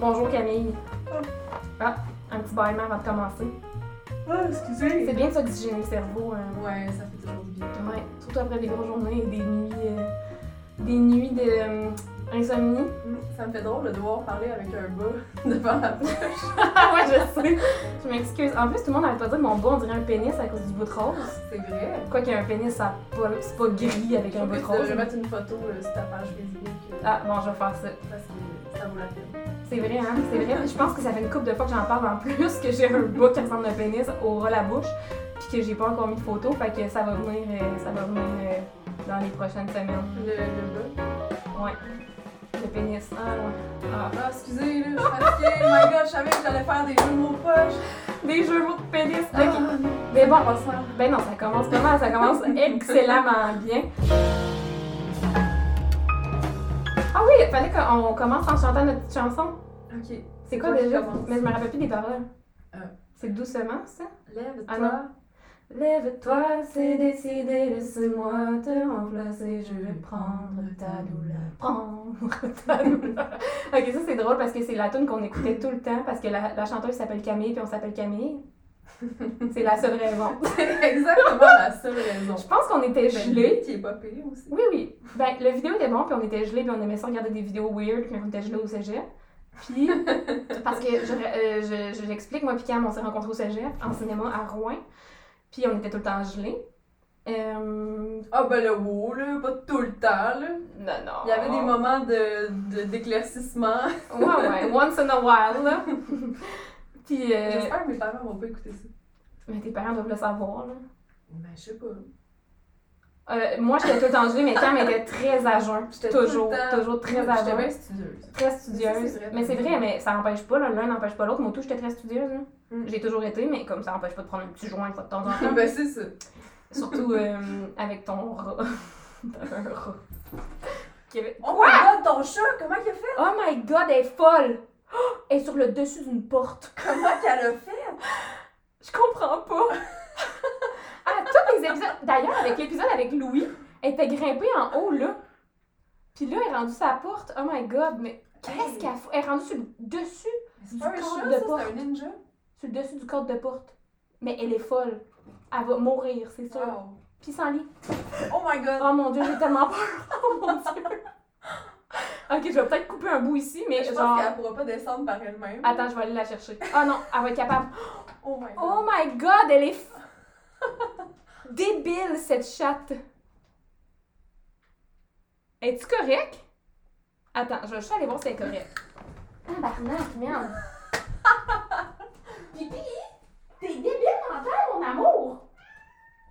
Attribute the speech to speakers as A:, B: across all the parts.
A: Bonjour Camille. Ah, un petit bâillement avant de commencer.
B: Ah, excusez.
A: C'est bien de s'oxygéner le cerveau. hein.
C: Ouais, ça fait toujours du bien.
A: Ouais, surtout après des grosses journées et des nuits, euh, des nuits euh, d'insomnie.
C: Ça me fait drôle de devoir parler avec un bas devant la bouche.
A: Ah ouais, je sais. Je m'excuse. En plus, tout le monde n'arrête pas de dire que mon bas, on dirait un pénis à cause du bout de rose.
C: C'est vrai.
A: Quoi qu'il y ait un pénis, ça a pas- c'est pas gris avec
C: Je
A: un
C: trouve
A: bout
C: que
A: de
C: tu devrais
A: rose.
C: mettre une photo euh, sur ta page Facebook euh,
A: Ah, bon, je vais faire ça.
C: parce que ça vaut la peine.
A: C'est vrai, hein? C'est vrai. Puis Je pense que ça fait une couple de fois que j'en parle en plus, que j'ai un bas qui ressemble à un pénis au ras la bouche, puis que j'ai pas encore mis de photo, fait que ça va venir, euh, ça va venir euh, dans les prochaines semaines.
C: Le, le bas.
A: Ouais. Le pénis. Ah, ouais. Ah.
C: Ah, excusez, là, je suis fatiguée. Oh My god, je savais que j'allais faire des jeux de mots poche.
A: Des jeux mots de pénis. Ok.
C: Ah,
A: Mais bon,
C: pas ça.
A: ben non, ça commence pas mal, ça commence excellemment bien. Ah oui, fallait qu'on commence en chantant notre petite chanson.
C: Ok.
A: C'est quoi
C: Toi qui
A: déjà?
C: commence.
A: Mais je me rappelle plus des paroles.
C: Euh.
A: C'est doucement, ça?
C: Lève-toi.
A: Ah non. Lève-toi, c'est décidé, laisse-moi te remplacer, je vais prendre ta douleur. Prendre ta douleur. ok, ça c'est drôle parce que c'est la tune qu'on écoutait tout le temps parce que la, la chanteuse s'appelle Camille puis on s'appelle Camille. c'est la seule raison.
C: C'est exactement la seule raison. Ben,
A: Je pense qu'on était gelés.
C: qui est pas pire aussi.
A: Oui, oui. Ben, le vidéo était bon puis on était gelés puis on aimait ça regarder des vidéos weird quand on était gelés au cégep. Puis, parce que je, euh, je, je l'explique, moi, puis Cam, on s'est rencontrés au cégep, en cinéma à Rouen. Puis on était tout le temps gelés. Euh,
C: Ah, ben le wow, là, pas tout le temps, là.
A: Non, non.
C: Il y avait des moments de, de- d'éclaircissement.
A: Euh. Ouais, ouais. Once in a while, là. Puis, euh,
C: J'espère que mes parents vont pas écouter ça.
A: mais tes parents doivent le savoir, là.
C: Ben, je sais pas.
A: Euh, moi, j'étais tout le temps gelée, mais Cam était très à jeun.
C: J'étais tout le
A: Toujours,
C: temps-
A: toujours très à
C: J'étais
A: jeun.
C: bien studieuse.
A: Très
C: Mais ça,
A: studieuse.
C: c'est vrai.
A: Mais c'est vrai, mais ça n'empêche pas, là. L'un n'empêche pas l'autre. Moi, tout, j'étais très studieuse, là.
C: Mm.
A: J'ai toujours été, mais comme ça n'empêche pas de prendre un petit joint une fois de temps en temps.
C: ben, c'est ça.
A: Surtout euh, avec ton rat. T'as un rat. Qui avait-
C: Oh my god, ton chat, comment il a fait?
A: Oh my god, elle est folle! Oh, elle est sur le dessus d'une porte.
C: Comment qu'elle a fait?
A: Je comprends pas. ah, tous les épisodes. D'ailleurs, avec l'épisode avec Louis, elle était grimpée en haut, là. Puis là, elle est rendue sa porte. Oh my god, mais qu'est-ce qu'elle fout? Elle est rendue sur le dessus,
C: C'est pas un
A: Du
C: chat,
A: corps
C: ça,
A: de
C: c'est
A: porte.
C: un ninja.
A: sur le dessus du cadre de porte. Mais elle est folle. Elle va mourir, c'est sûr.
C: Wow.
A: Puis sans lit.
C: Oh my god.
A: Oh mon dieu, j'ai tellement peur. Oh mon dieu. ok, je vais peut-être couper un bout ici, mais
C: je pense
A: genre.
C: qu'elle pourra pas descendre par elle-même.
A: Attends, je vais aller la chercher. Ah non, elle va être capable.
C: Oh my god.
A: Oh my god, elle est f- débile cette chatte. Es-tu correct? Attends, je vais juste aller voir si elle est correcte. Ah, barnac, merde. Pipi, hein? t'es débile mental, mon amour.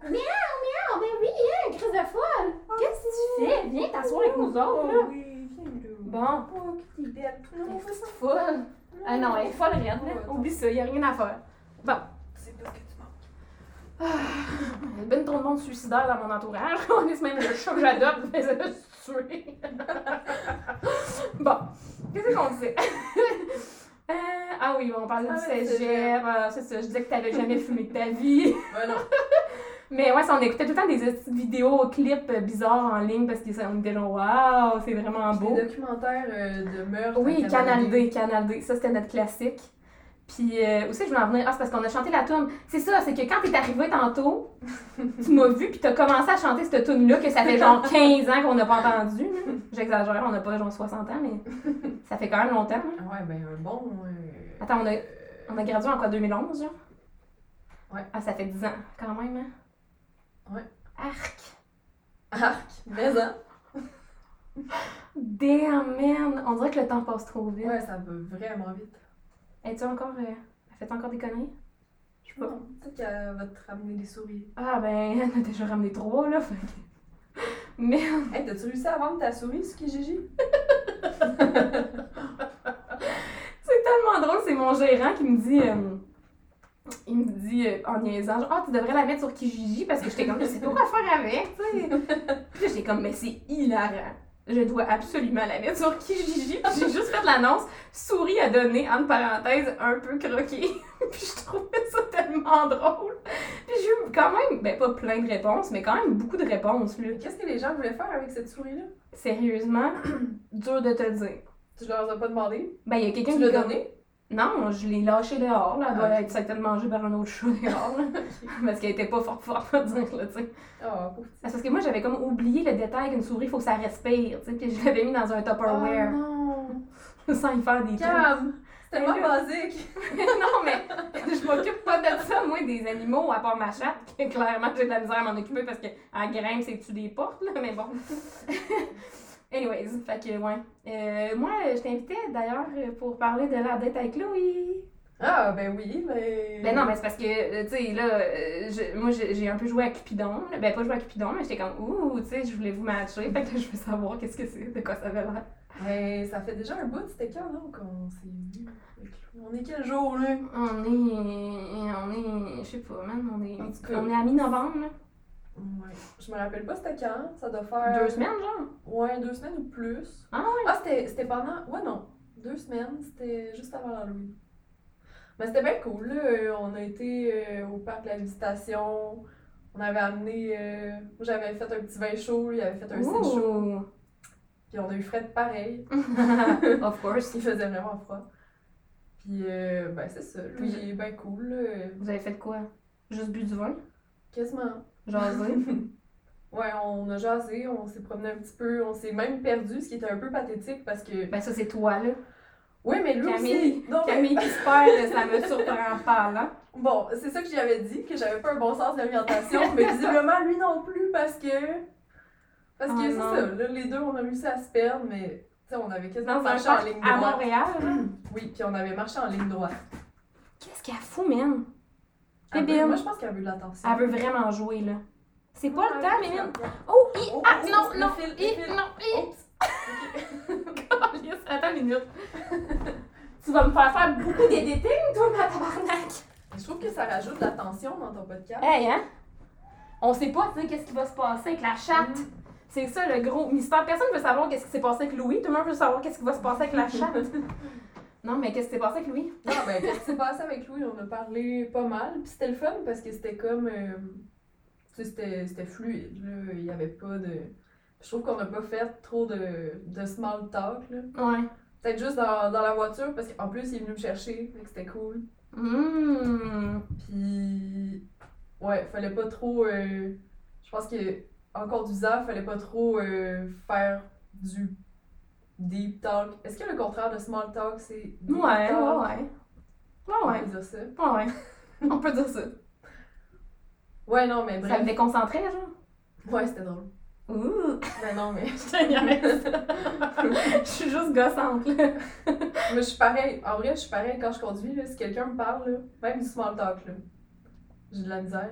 A: Miaou, miaou, ben oui, hein, crise de folle. Qu'est-ce que tu fais? Viens t'asseoir avec nous autres, là.
C: Oh oui, viens nous.
A: Bon,
C: Oh, que t'es belle. Non,
A: qu'est-ce que tu folle? Ah non, elle est folle, raide, là. Oublie ça, y a rien à faire.
C: C'est parce que tu manques.
A: Il y a ben trop de monde suicidaire dans mon entourage. On est même le chat que j'adopte mais ça se tuer. bon, qu'est-ce qu'on disait? Euh, ah oui, on parlait
C: Ah,
A: du
C: le
A: cégep.
C: cégep.
A: euh, c'est ça, je disais que t'avais jamais fumé de ta vie.
C: Ben non.
A: Mais ouais, ça, on écoutait tout le temps des petites vidéos, clips euh, bizarres en ligne parce que ça, on était genre, waouh, c'est vraiment beau.
C: Des documentaires euh, de meurtre.
A: Oui,
C: à
A: Canal D, Canal D. Ça, c'était notre classique. Puis, euh, aussi, je voulais en venir. Ah, c'est parce qu'on a chanté la tune. C'est ça, c'est que quand t'es arrivé tantôt, tu m'as vu, puis t'as commencé à chanter cette tune-là, que ça fait genre 15 ans qu'on n'a pas entendu. là. J'exagère, on n'a pas genre 60 ans, mais ça fait quand même longtemps. hein.
C: Ah Ouais, ben un bon. euh,
A: Attends, on a,
C: euh,
A: on a gradué en quoi, 2011, genre?
C: Ouais.
A: Ah, ça fait 10 ans, quand même, hein?
C: Ouais.
A: Arc!
C: Arc, hein. présent.
A: Damn, man! On dirait que le temps passe trop vite.
C: Ouais, ça va vraiment vite.
A: Es-tu encore... Euh, fais-tu encore des conneries?
C: Je sais pas. Peut-être qu'elle va te ramener des souris.
A: Ah ben, elle en a déjà ramené trois là, fait que- Mais
C: Hey, t'as-tu réussi à vendre ta souris, Suki Gigi?
A: c'est tellement drôle, c'est mon gérant qui me dit... euh, Il me dit euh, en niaisant, genre, ah, tu devrais la mettre sur Kijiji parce que j'étais comme, je sais pas quoi faire avec, tu sais. Puis là, j'étais comme, mais c'est hilarant. Je dois absolument la mettre sur Kijiji. Puis j'ai juste fait l'annonce, souris à donner, entre parenthèses, un peu croqué. Puis je trouvais ça tellement drôle. Puis j'ai eu quand même, ben pas plein de réponses, mais quand même beaucoup de réponses, là.
C: Mais Qu'est-ce que les gens voulaient faire avec cette souris-là?
A: Sérieusement, dur de te le dire.
C: Tu leur as pas demandé?
A: Ben, il y a quelqu'un
C: Tu
A: qui
C: l'as
A: est comme-
C: donné?
A: Non, je l'ai lâché dehors, là. Elle doit
C: Ah, ok.
A: être certainement mangée par un autre chat dehors, là. Parce qu'elle était pas forte, forte, à dire, là, tu sais.
C: Ah, pauvre petit.
A: C'est Parce que moi, j'avais comme oublié le détail qu'une souris, faut que ça respire, tu sais. Puis je l'avais mis dans un
C: Oh
A: Tupperware,
C: non!
A: sans y faire des trous.
C: Cam! C'est tellement
A: Mais là-
C: basique!
A: non, mais je m'occupe pas de ça, moi, des animaux, à part ma chatte, que clairement, j'ai de la misère à m'en occuper parce qu'elle grimpe, c'est tu des portes, là, mais bon. Anyways, fait que, ouais. Euh, moi, je t'invitais d'ailleurs pour parler de la dette avec Chloé.
C: Ah, ben oui, mais.
A: Ben non, mais c'est parce que, euh, tu sais, là, euh, je- moi, j'ai j'ai un peu joué à Cupidon. là. Ben, pas joué à Cupidon, mais j'étais comme, ouh, tu sais, je voulais vous matcher. Fait que là, je veux savoir qu'est-ce que c'est, de quoi ça avait l'air.
C: Mais ça fait déjà un bout, c'était quand, non? Qu'on s'est vu. avec lui? On est quel jour, là?
A: On est. On est. Je sais pas, man, on est.
C: En tout cas.
A: On est à mi-novembre,
C: Ouais. Je me rappelle pas c'était quand. Ça doit
A: là.
C: faire.
A: Deux semaines, genre.
C: Ouais, deux semaines ou plus.
A: Ah ouais?
C: Ah, c'était c'était pendant. Ouais, non. Deux semaines, c'était juste avant Halloween. Mais c'était bien cool, là. Euh, On a été euh, au parc de la visitation. On avait amené. euh, moi, J'avais fait un petit vin chaud, lui, il avait fait un sèche chaud.
A: Ouh.
C: Puis on a eu Fred pareil.
A: of course.
C: Il faisait vraiment froid. Puis, euh, ben, c'est ça. Lui, il est bien cool, là.
A: Vous avez fait quoi? Juste bu du vin?
C: Quasiment.
A: Jaser?
C: Ouais, on a jasé, on s'est promené un petit peu, on s'est même perdu, ce qui était un peu pathétique parce que.
A: ben ça, c'est toi, là.
C: Oui, mais lui
A: Camille.
C: aussi. Non, mais-
A: Camille qui se perd, ça me surprend pas, là.
C: Bon, c'est ça que j'y avais dit, que j'avais pas un bon sens d'orientation, mais visiblement lui non plus parce que. Parce que
A: Oh
C: c'est
A: non.
C: ça, là, les deux on a réussi à se perdre, mais tu sais, on avait quasiment
A: Dans un
C: marché en
A: parc
C: ligne
A: à
C: droite.
A: Montréal, là.
C: Oui, puis on avait marché en ligne droite.
A: Qu'est-ce qu'elle fout, man?
C: Elle
A: Bébé.
C: veut- Moi je pense qu'elle veut de l'attention. Ah,
A: Elle veut vraiment jouer, là. C'est pas le temps, Mimine.
C: mais
A: Oh, i,
C: Oh,
A: ah,
C: oh,
A: non,
C: le
A: non,
C: fil, le
A: i,
C: fil.
A: non, i. Calisse, attends une minute. tu vas me faire faire beaucoup d'éditing, toi, ma tabarnak.
C: Je trouve que ça rajoute de l'attention dans ton podcast.
A: Hey, hein? On sait pas, tu sais, qu'est-ce qui va se passer avec la chatte.
C: Mm.
A: C'est ça le gros mystère. Personne ne veut savoir qu'est-ce qui s'est passé avec Louis. Tout le monde veut savoir qu'est-ce qui va se passer avec la
C: Mm-hmm.
A: chatte. non, mais qu'est-ce qui s'est passé avec Louis?
C: Non, ben, qu'est-ce qui s'est passé avec Louis? On a parlé pas mal. Puis c'était le fun parce que c'était comme. euh, tu sais, c'était- c'était fluide, là. Il n'y avait pas de. Je trouve qu'on n'a pas fait trop de, de small talk, là.
A: Ouais.
C: Peut-être juste dans, dans la voiture parce qu'en plus, il est venu me chercher. Fait que c'était cool.
A: Mmh.
C: Puis. Ouais, fallait pas trop. euh, je pense que en conduisant, fallait pas trop euh, faire du deep talk. Est-ce que le contraire de small talk, c'est.
A: Ouais,
C: deep
A: ouais,
C: talk?
A: ouais. Ouais, ouais.
C: On peut dire ça.
A: Ouais, ouais. On peut dire ça.
C: Ouais, non, mais
A: Ça me
C: bref.
A: déconcentrait, genre. Hein?
C: Ouais, c'était drôle.
A: Ouh!
C: Mais non, mais.
A: Je te niaise. Je suis juste gossante, là.
C: Mais je suis pareil. En vrai, je suis pareil quand je conduis. Là, si quelqu'un me parle, là, même du small talk, là, j'ai de la misère.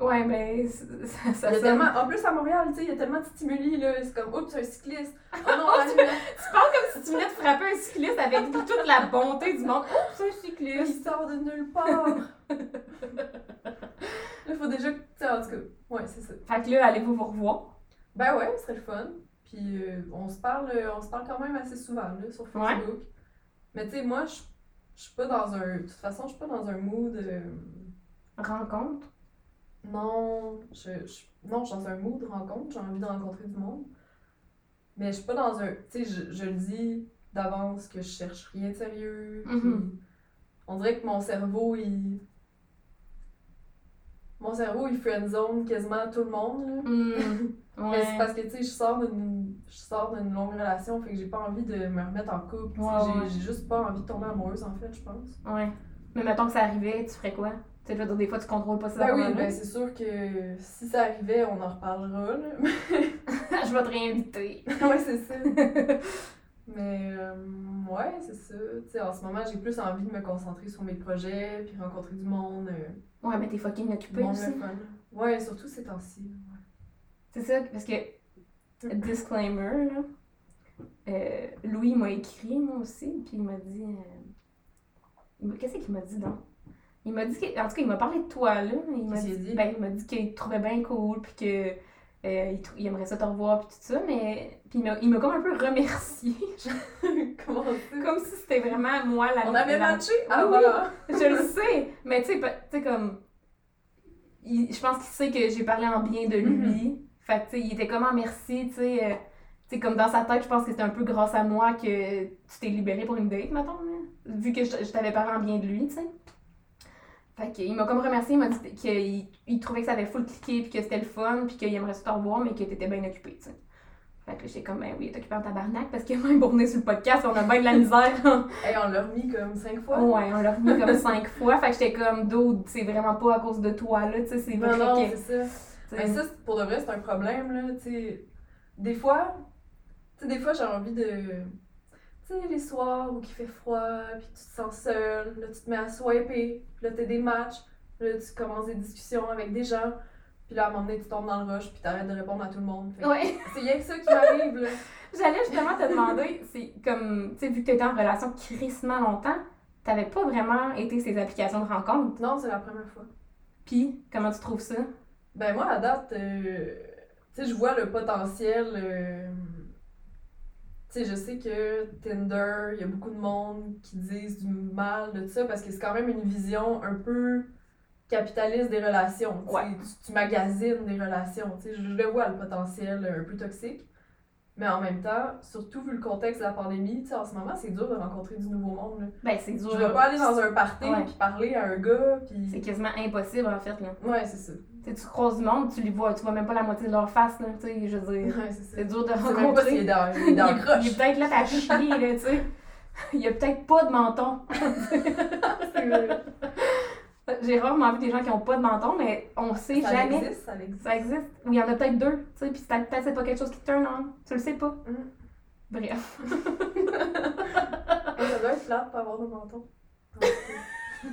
A: Ouais, ben, c'est- ça,
C: Il
A: ça
C: y a
A: sonne-
C: tellement... En plus, à Montréal, tu sais, il y a tellement de stimuli. là. C'est comme, oups, un cycliste. Oh non, la lumière
A: Tu parles comme si tu venais de frapper un cycliste avec toute la bonté du monde. Oh, c'est un
C: il
A: cycliste!
C: sort de nulle part. Il faut déjà. que- Tu sais, en tout cas, ouais, c'est ça.
A: Fait que là, allez-vous vous revoir?
C: Ben ouais, ce serait le fun. Puis euh, on se parle euh, on se parle quand même assez souvent là, sur Facebook.
A: Ouais.
C: Mais tu sais, moi, je je suis pas dans un. De toute façon, je suis pas dans un mood. euh,
A: Rencontre?
C: Non, je, je- non, je suis dans un mood de rencontre, j'ai envie de rencontrer du monde. Mais je suis pas dans un. Tu sais, je, je le dis d'avance que je cherche rien de sérieux. puis
A: Mhm.
C: On dirait que mon cerveau, il. Mon cerveau, il friendzone quasiment tout le monde. là.
A: Hum.
C: Hmm. Mais c'est
A: Ouais.
C: parce que, tu sais, je sors d'une je sors d'une longue relation, fait que j'ai pas envie de me remettre en couple. tu sais,
A: Ouais,
C: j'ai-
A: ouais.
C: J'ai juste pas envie de tomber amoureuse, en fait, je pense.
A: Ouais. Mais mettons que ça arrivait, tu ferais quoi? Tu sais, je veux dire, des fois, tu contrôles pas ça.
C: Ben oui,
A: vraiment.
C: ben c'est sûr que si ça arrivait, on en reparlera, là.
A: je vais te réinviter.
C: ouais, c'est ça. Mais euh, ouais, c'est ça. Tu sais, en ce moment, j'ai plus envie de me concentrer sur mes projets, puis rencontrer du monde, euh,
A: Ouais, mais t'es fucking
C: du
A: occupé
C: monde
A: aussi.
C: le fun. Ouais, surtout ces temps-ci. ouais.
A: C'est ça, parce que, disclaimer, là, euh, Louis m'a écrit, moi aussi, puis il m'a dit. euh, il m'a- Qu'est-ce qu'il m'a dit donc? Il m'a dit. que- en tout cas, il m'a parlé de toi, là. Il m'a
C: Qu'est-ce
A: dit,
C: qu'il a dit?
A: Ben, il m'a dit qu'il te trouvait bien cool, puis que. euh, il, trou- il aimerait ça te revoir, puis tout ça, mais. Puis il m'a- il m'a comme un peu remercié. genre,
C: Comment ça?
A: comme si c'était vraiment moi la
C: On avait
A: la-
C: matché? Ah,
A: Oui.
C: voilà!
A: je le sais, mais tu sais, pe- tu sais, comme. il- je pense qu'il sait que j'ai parlé en bien de lui. Fait que, tu sais, il était comme en merci, tu sais. euh, C'est comme dans sa tête, je pense que c'est un peu grâce à moi que tu t'es libérée pour une date, mettons, là, vu que je, t- je t'avais parlé en bien de lui, tu sais. Fait qu'il m'a comme remercié, il m'a dit qu'il il trouvait que ça avait full cliqué, puis que c'était le fun, puis qu'il aimerait se te revoir, mais que t'étais bien occupée, tu sais. Fait que là, j'étais comme, ben oui, t'es occupée en tabarnak, parce que même pour venir sur le podcast, on a bien de la misère. hein.
C: Hey, on l'a remis comme cinq fois.
A: Ouais, on l'a remis comme cinq fois. Fait que j'étais comme, dude, c'est vraiment pas à cause de toi, là, tu sais, c'est
C: Non,
A: vrai
C: non,
A: que.
C: c'est ça.
A: tu
C: Mais
A: sais,
C: ça, c'est- pour de vrai, c'est un problème, là, tu sais. Des fois, tu sais, des fois, j'ai envie de... Tu sais, les soirs où il fait froid, puis tu te sens seul, là, tu te mets à swiper, puis là, t'as des matchs, là, tu commences des discussions avec des gens, puis là, à un moment donné, tu tombes dans le rush, puis t'arrêtes de répondre à tout le monde. Fait que
A: Ouais,
C: C'est rien que ça qui m'arrive, là.
A: j'allais justement te demander, c'est comme, tu sais, vu que t'étais en relation crissement longtemps, t'avais pas vraiment été ces applications de rencontre.
C: Non, c'est la première fois.
A: Puis, comment tu trouves ça?
C: Ben moi, à date, euh, tu sais, je vois le potentiel. euh, tu sais, je sais que Tinder, il y a beaucoup de monde qui disent du mal de ça parce que c'est quand même une vision un peu capitaliste des relations. tu sais.
A: Ouais.
C: Tu, tu magasines des relations. Tu sais, je, je le vois le potentiel euh, un peu toxique. Mais en même temps, surtout vu le contexte de la pandémie, tu sais, en ce moment, c'est dur de rencontrer du nouveau monde. là.
A: Ben, c'est dur.
C: Je veux pas aller dans un party
A: Ouais.
C: puis parler à un gars
A: C'est
C: puis.
A: quasiment impossible, en fait, là.
C: Ouais, c'est ça.
A: Tu sais, tu croises du monde, tu les vois, tu vois même pas la moitié de leur face, là, tu sais, je veux
C: Ouais,
A: dire.
C: c'est ça.
A: C'est dur de
C: C'est même pas s'il est
A: rencontrer.
C: dans, il est dans
A: il,
C: le
A: est- il
C: crush.
A: est peut-être là à chier, là, tu sais. Il y a peut-être pas de menton.
C: C'est vrai.
A: J'ai rarement vu des gens qui n'ont pas de menton, mais on sait
C: Ça
A: jamais.
C: existe, ça existe.
A: Ça existe. Ou il y en a peut-être deux, tu sais, puis c'est- peut-être c'est pas quelque chose qui te turn on. Tu le sais pas.
C: Mm.
A: Bref.
C: Ouais, Ça doit être plat pour avoir le menton.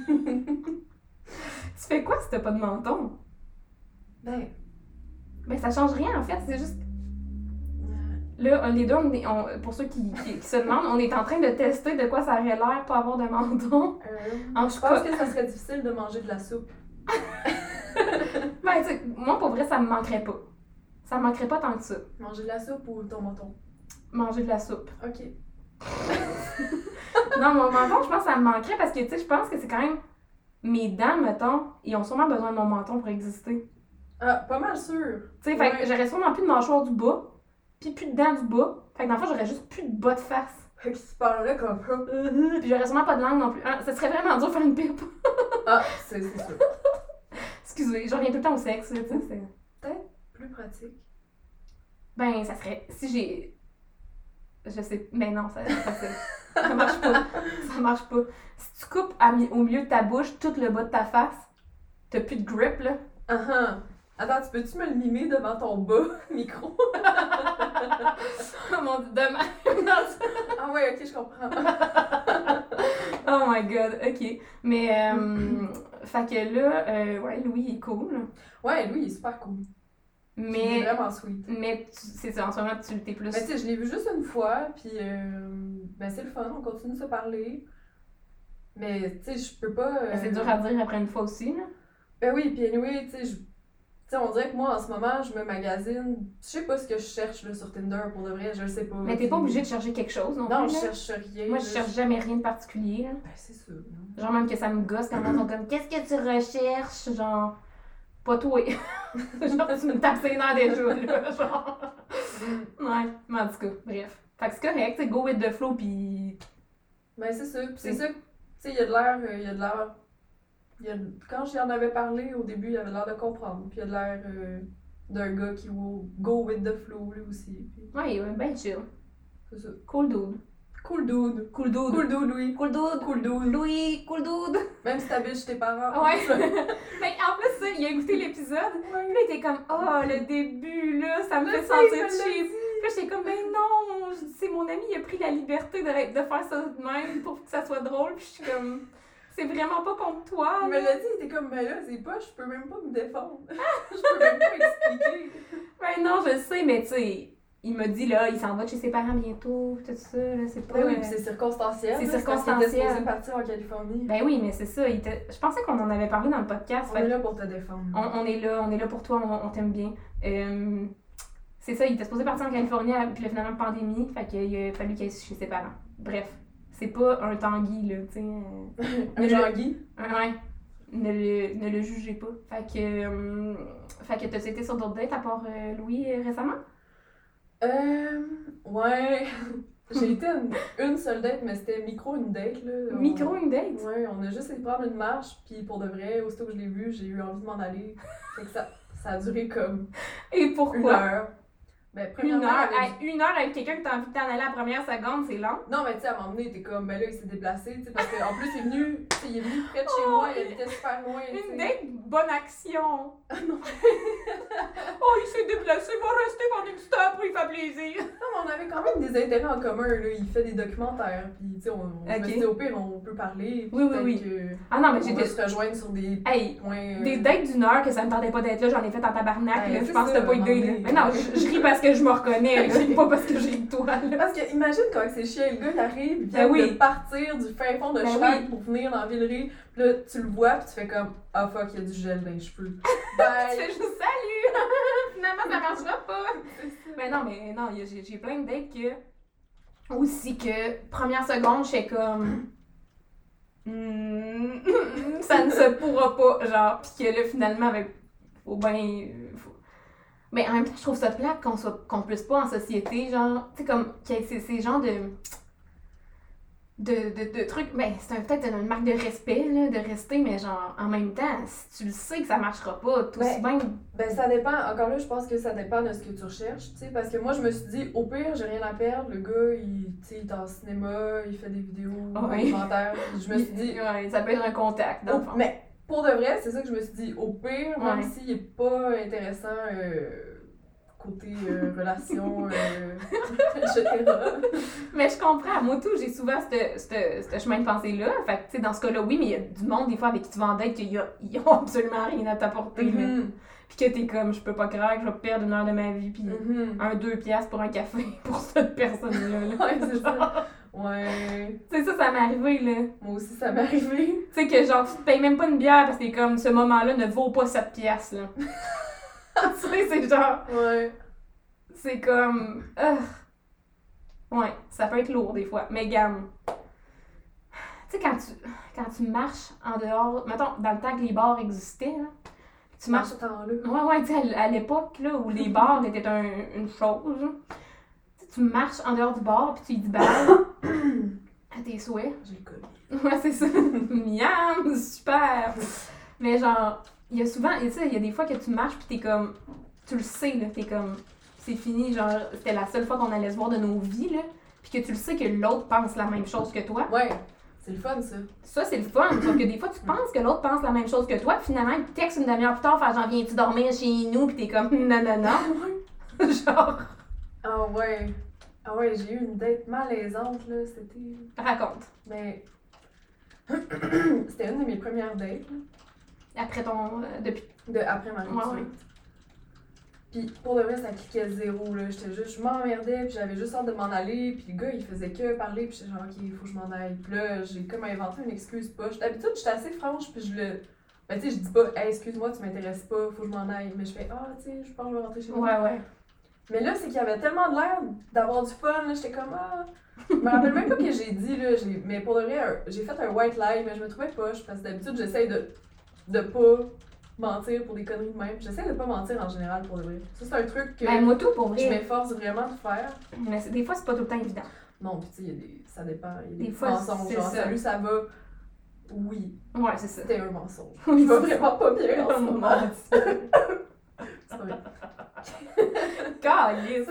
A: Tu fais quoi si t'as pas de menton?
C: ben,
A: Ben ça change rien en fait, c'est juste.
C: euh,
A: Là, on- les deux, on est- on- pour ceux qui, qui- qui se demandent, on est en train de tester de quoi ça aurait l'air pas avoir de menton. En
C: euh, je
A: tout cas,
C: pense que ça serait difficile de manger de la soupe.
A: ben, tu sais, moi pour vrai, ça me manquerait pas. Ça me manquerait pas tant que ça.
C: Manger de la soupe ou ton menton?
A: Manger de la soupe.
C: Ok.
A: Non, mon menton, je pense que ça me manquerait parce que, tu sais, je pense que c'est quand même. Mes dents, mettons, ils ont sûrement besoin de mon menton pour exister.
C: Ah, pas mal sûr.
A: Tu sais, fait que
C: Ouais.
A: j'aurais sûrement plus de mâchoire du bas, puis plus de dents du bas. Fait que dans le fond, j'aurais juste plus de bas de face.
C: Fait que tu parles là comme ça.
A: Puis j'aurais sûrement pas de langue non plus. Hein, ça serait vraiment dur de faire une pipe.
C: Ah, c'est c'est sûr.
A: Excusez, je reviens tout le temps au sexe, là, tu sais. c'est-
C: Plus pratique.
A: Ben, ça serait. Si j'ai. Je sais. Mais non, ça, ça, ça- ça marche pas. Ça marche pas. Si tu coupes à mi- au milieu de ta bouche tout le bas de ta face, t'as plus de grip, là.
C: Ah ah. Attends, tu peux-tu me le mimer devant ton bas micro?
A: Oh Mon Dieu, demain.
C: Ah ouais, ok, je comprends.
A: oh my god, ok. Mais, euh,
C: Mm.
A: fait que là, euh, ouais, Louis il est cool.
C: Ouais, lui, il est super cool. Il est
A: Mais,
C: vraiment sweet.
A: mais tu- c'est ça, en ce moment, tu t'es plus.
C: Ben, tu sais, je l'ai vu juste une fois, puis euh, ben, c'est le fun, on continue de se parler. Mais tu sais, je peux pas. euh,
A: Ben, C'est dur à dire après une fois aussi, là.
C: Ben oui, puis anyway, tu sais, je- tu sais, on dirait que moi en ce moment, je me magazine. Je sais pas ce que je cherche là, sur Tinder pour de vrai, je le sais pas.
A: Mais t'es pas obligé de chercher quelque chose non,
C: Non,
A: plus,
C: je
A: là.
C: cherche rien.
A: Moi,
C: là.
A: je cherche jamais rien de particulier, là.
C: Ben, c'est sûr.
A: Genre, même que ça me gosse quand ils sont comme, qu'est-ce que tu recherches? Genre, pas toi. genre, tu me tapes les nerfs déjà, là. Genre. Ouais, mais en tout cas, bref. Fait que c'est correct, tu sais, go with the flow, pis.
C: Ben, c'est ça. Puis c'est
A: Mm.
C: ça, que, tu sais, il y a de l'air. euh, Il y a de l'air. il y a de- Quand j'y en avais parlé au début, il avait l'air de comprendre. Puis il y a de l'air euh, d'un gars qui will go with the flow, lui aussi. Puis
A: Ouais, ouais, ben chill.
C: c'est ça.
A: Cool dude.
C: Cool dude.
A: Cool dude.
C: Cool dude, oui.
A: Cool dude.
C: Cool dude.
A: Louis, cool dude.
C: Même si t'habites chez tes parents.
A: Ouais. Mais en plus, ça, il a écouté l'épisode. Puis là, il était comme, oh, le début, là, ça me fait sentir cheap. Puis là, j'étais comme, ben non, je- c'est mon ami, il a pris la liberté de, de faire ça de même pour que ça soit drôle. Puis je suis comme, c'est vraiment pas contre toi.
C: Il me
A: là.
C: l'a dit, il était comme, mais là, c'est pas, je peux même pas me défendre. je peux même pas expliquer.
A: Ben non, je sais, mais tu sais, il m'a dit, là, il s'en va de chez ses parents bientôt, tout ça, là, c'est pas.
C: Ben oui,
A: euh,
C: puis c'est circonstanciel.
A: C'est
C: là, parce qu'il
A: circonstanciel.
C: était supposé partir en Californie.
A: Ben oui, mais c'est ça. il était- Je pensais qu'on en avait parlé dans le podcast.
C: on
A: fait
C: est là pour te défendre.
A: On, on est là, on est là pour toi, on, on t'aime bien. Euh, c'est ça, il était supposé partir en Californie, à- puis là, finalement, pandémie, fait qu'il a fallu qu'il aille chez ses parents. Bref, c'est pas un tanguy, là, tu sais. euh,
C: Un
A: Mais
C: Jean-Guy.
A: ouais, ne le, ne le jugez pas. Fait que, euh, fait que t'as été sur d'autres dates à part euh, Louis euh, récemment?
C: Euh, ouais. J'ai été une, une seule date, mais c'était micro une date, là. On-
A: Micro une date?
C: Ouais, on a juste été prendre une marche, puis pour de vrai, aussitôt que je l'ai vu, j'ai eu envie de m'en aller. Fait que ça, ça a duré comme
A: Et
C: une
A: pourquoi?
C: heure. Ben,
A: Une heure,
C: premièrement, elle avait
A: à- une heure avec quelqu'un que t'as envie de t'en aller à la première seconde, c'est long.
C: Non, mais tu sais, à un moment donné, il était comme, ben là, il s'est déplacé, tu sais, parce qu'en plus, il est venu, tu sais, il est venu près de chez
A: Oh,
C: moi, il
A: une-
C: habitait super loin. tu sais.
A: Une date, bonne action. oh, il s'est déplacé, va rester pendant une petite heure pour lui faire plaisir.
C: Non, mais on avait quand même des intérêts en commun, là. Il fait des documentaires, puis tu sais, on, on
A: Ok.
C: se dit, au pire, on peut parler. puis
A: Oui, oui,
C: peut-être
A: oui.
C: que
A: Ah non, mais
C: on va
A: j'étais.
C: se rejoindre sur des
A: Hey,
C: points. euh,
A: des dates d'une heure que ça me tentait pas d'être là, j'en ai fait en tabarnak,
C: Ben,
A: là, je
C: c'est
A: pense que
C: ça,
A: t'as pas idée. Là.
C: m'en
A: Mais non,
C: est.
A: je, je ris parce que je me reconnais, là, je ris pas parce que je ris de toi. Là.
C: Parce que imagine quand c'est chiant, le gars il arrive, il vient
A: Ben oui.
C: de partir du fin fond de
A: Ben
C: Chirac pour venir dans Villeray, puis là tu le vois, puis tu fais comme Ah fuck, il y a du gel dans les cheveux. Ben,
A: Tu
C: Bye!
A: fais juste salut! Finalement, ça marchera pas! Mais non, mais non, y a- j'ai j'ai plein de dates que. Aussi que, première seconde, j'étais comme. Hmm, ça ne se pourra pas, genre, pis que là, finalement, avec. Faut ben. faut- Mais en même temps, je trouve ça plate qu'on soit... qu'on puisse pas en société, genre. Tu sais, comme. qu'il y ait ces- ces genres de. De, de, de trucs, ben c'est un- peut-être une marque de respect, là, de rester, mais genre, en même temps, si tu le sais que ça marchera pas, tout
C: Ouais.
A: bien.
C: Ben ça dépend, encore là je pense que ça dépend de ce que tu recherches, tu sais, parce que moi je me suis dit au pire j'ai rien à perdre, le gars il, tu sais, il est en cinéma, il fait des vidéos,
A: Ah
C: des
A: oui.
C: commentaires, je me suis dit
A: Ouais, ça peut être un contact, dans le fond.
C: Au- Mais pour de vrai, c'est ça que je me suis dit. Au pire, même
A: Ouais.
C: s'il n'est pas intéressant euh, côté euh, relation, euh, etc.
A: Mais je comprends. Moi, tout, j'ai souvent ce- ce ce chemin de pensée-là. Fait que, tu sais, dans ce cas-là, oui, mais il y a du monde, des fois, avec qui tu vas en date, qu'ils n'ont absolument rien à t'apporter. là.
C: Mhm,
A: Puis que t'es comme, je peux pas croire que je vais perdre une heure de ma vie, puis
C: mhm.
A: un, deux piastres pour un café pour cette personne-là. là.
C: Ouais, c'est ça. Ouais.
A: Tu sais, ça, ça m'est arrivé, là.
C: Moi aussi, ça m'est arrivé.
A: Tu sais, que genre, tu te payes même pas une bière parce que t'es comme, ce moment-là ne vaut pas cette pièce, là. tu sais, c'est genre,
C: Ouais.
A: c'est comme. ah. Ouais, ça peut être lourd des fois. Mais gamme. Tu sais, quand tu, quand tu marches en dehors, mettons, dans le temps que les bars existaient, là, tu marches.
C: Marche temps là.
A: Ouais, ouais, tu sais, à l- à l'époque, là, où les bars étaient un- une chose, là, tu sais, tu marches en dehors du bar, puis tu y dis balle à tes souhaits.
C: J'ai le Covid.
A: Ouais, c'est ça. Miam, super. Mais genre, il y a souvent, et tu sais, il y a des fois que tu marches pis t'es comme, tu le sais là, t'es comme, c'est fini, genre, c'était la seule fois qu'on allait se voir de nos vies là, puis que tu le sais que l'autre pense la même chose que toi.
C: Ouais. C'est le fun, ça.
A: Ça c'est le fun, sauf que des fois tu penses que l'autre pense la même chose que toi, pis finalement il te texte une demi-heure plus tard, faire genre viens-tu dormir chez nous, pis t'es comme non non non, genre
C: Ah ouais. Ah ouais, j'ai eu une date malaisante, là. C'était.
A: raconte.
C: Mais. C'était une de mes premières dates. là.
A: Après ton, euh, depuis,
C: De après ma rupture.
A: Ouais, ouais.
C: Puis pour le vrai, ça cliquait zéro. Là. J'étais juste, je m'emmerdais, puis j'avais juste hâte de m'en aller. Puis le gars, il faisait que parler, puis j'étais genre, ok, il faut que je m'en aille. Puis là, j'ai comme inventé une excuse pas. D'habitude, j'étais assez franche, puis je le. Ben, tu sais, je dis pas, hey, excuse-moi, tu m'intéresses pas, faut que je m'en aille. Mais je fais, ah, tu sais, je pense que je vais rentrer chez moi.
A: ouais ouais.
C: Mais là, c'est qu'il y avait tellement de l'air d'avoir du fun, là, j'étais comme ah. Je me rappelle même pas que j'ai dit là, j'ai- mais pour de vrai, un- j'ai fait un white lie, mais je me trouvais poche parce que d'habitude j'essaye de de pas mentir pour des conneries de même. J'essaie de pas mentir en général pour de vrai. Ça c'est un truc que
A: Ben moi tout pour
C: je
A: vrai,
C: m'efforce vraiment de faire.
A: mais c'est- des fois c'est pas tout le temps évident.
C: Non, puis tu sais, il y a des- ça dépend. Il y a des,
A: Des
C: petits
A: fois,
C: mensonges.
A: c'est
C: Genre,
A: ça.
C: salut, ça va. Oui,
A: Ouais c'est ça.
C: c'était un mensonge.
A: Oui, c'est
C: Je vais
A: ça.
C: vraiment pas bien en ce
A: Oh,
C: moment.
A: mon
C: C'est vrai.
A: Calice!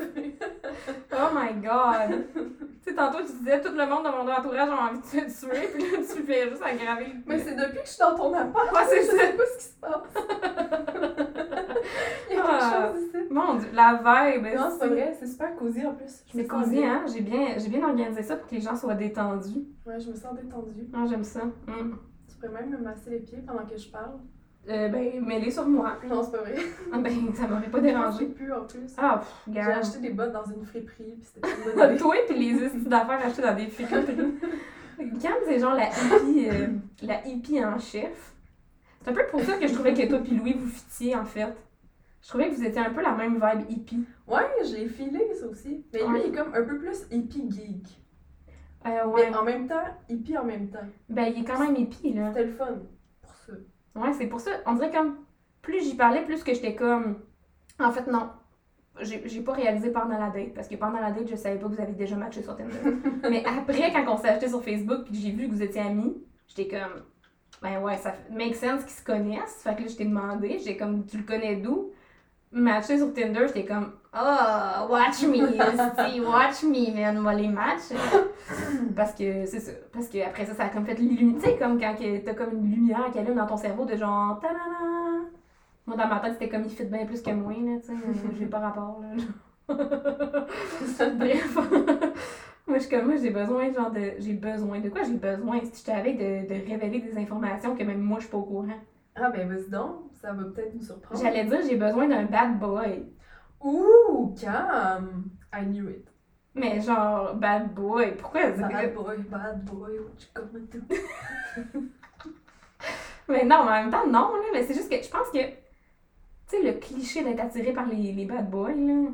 A: Oh my god! tu sais, tantôt, tu disais tout le monde de mon entourage a envie de te tuer, puis là, tu fais juste aggraver le
C: Mais c'est depuis que je suis dans ton appart,
A: Ouais, c'est
C: je sais pas ce qui se passe. Il y a
A: Ah.
C: quelque chose ici.
A: Mon dieu, la vibe!
C: Non, c'est pas
A: si.
C: vrai, c'est super cosy en plus. Je me
A: C'est
C: sens
A: cosy,
C: bien.
A: hein? J'ai bien, j'ai bien organisé ça pour que les gens soient détendus.
C: Ouais, je me sens détendue.
A: Ah, j'aime ça. Mm.
C: Tu pourrais même me masser les pieds pendant que je parle.
A: Euh, ben, mêlée sur moi.
C: Non, c'est pas vrai.
A: Ah, ben, ça m'aurait pas
C: J'ai
A: dérangé.
C: pu en plus.
A: Ah, pff,
C: J'ai
A: gars.
C: acheté des bottes dans une friperie, puis c'était pas une bonne idée.
A: Toi pis les astuces d'affaires achetées dans des friperies. Cam, c'est genre la hippie, euh, la hippie en chef. C'est un peu pour ça que je trouvais que toi pis Louis vous fitiez en fait. Je trouvais que vous étiez un peu la même vibe hippie.
C: Ouais, je l'ai filé ça aussi. Mais lui,
A: Ouais.
C: il est comme un peu plus hippie geek.
A: Euh, ouais.
C: Mais en même temps, hippie en même temps.
A: Ben, il est quand même hippie, là.
C: C'était le fun pour ça.
A: Ouais, c'est pour ça. On dirait comme plus j'y parlais, plus que j'étais comme. En fait, non. j'ai j'ai pas réalisé pendant la date, parce que pendant la date, je savais pas que vous avez déjà matché sur Tinder. mais après, quand on s'est acheté sur Facebook puis que j'ai vu que vous étiez amis, j'étais comme, ben ouais, ça fait- make sense qu'ils se connaissent. Fait que là, je t'ai demandé, j'étais comme, tu le connais d'où? Matché sur Tinder, j'étais comme, oh, watch me, esti, watch me, man, moi les matchs. Parce que, c'est ça, parce que après ça, ça a comme fait l'illumination, tu sais, comme quand que t'as comme une lumière qui allume dans ton cerveau de genre, ta Moi, dans ma tête, c'était comme, il fit bien plus que moi, là, tu sais, euh, j'ai pas rapport, là. Bref. moi, je suis comme moi, j'ai besoin, genre, de. J'ai besoin de quoi J'ai besoin, si j'étais avec, de, de révéler des informations que même moi, je suis pas au courant.
C: Ah, ben vas-y donc, ça va peut-être nous surprendre.
A: J'allais dire, j'ai besoin d'un bad boy.
C: Ouh, calme! I knew it.
A: Mais genre, bad boy, pourquoi dire-
C: Bad boy, bad boy, what you gonna do?
A: Mais non, mais en même temps, non, là. Mais c'est juste que je pense que. Tu sais, le cliché d'être attiré par les, les bad boys, là.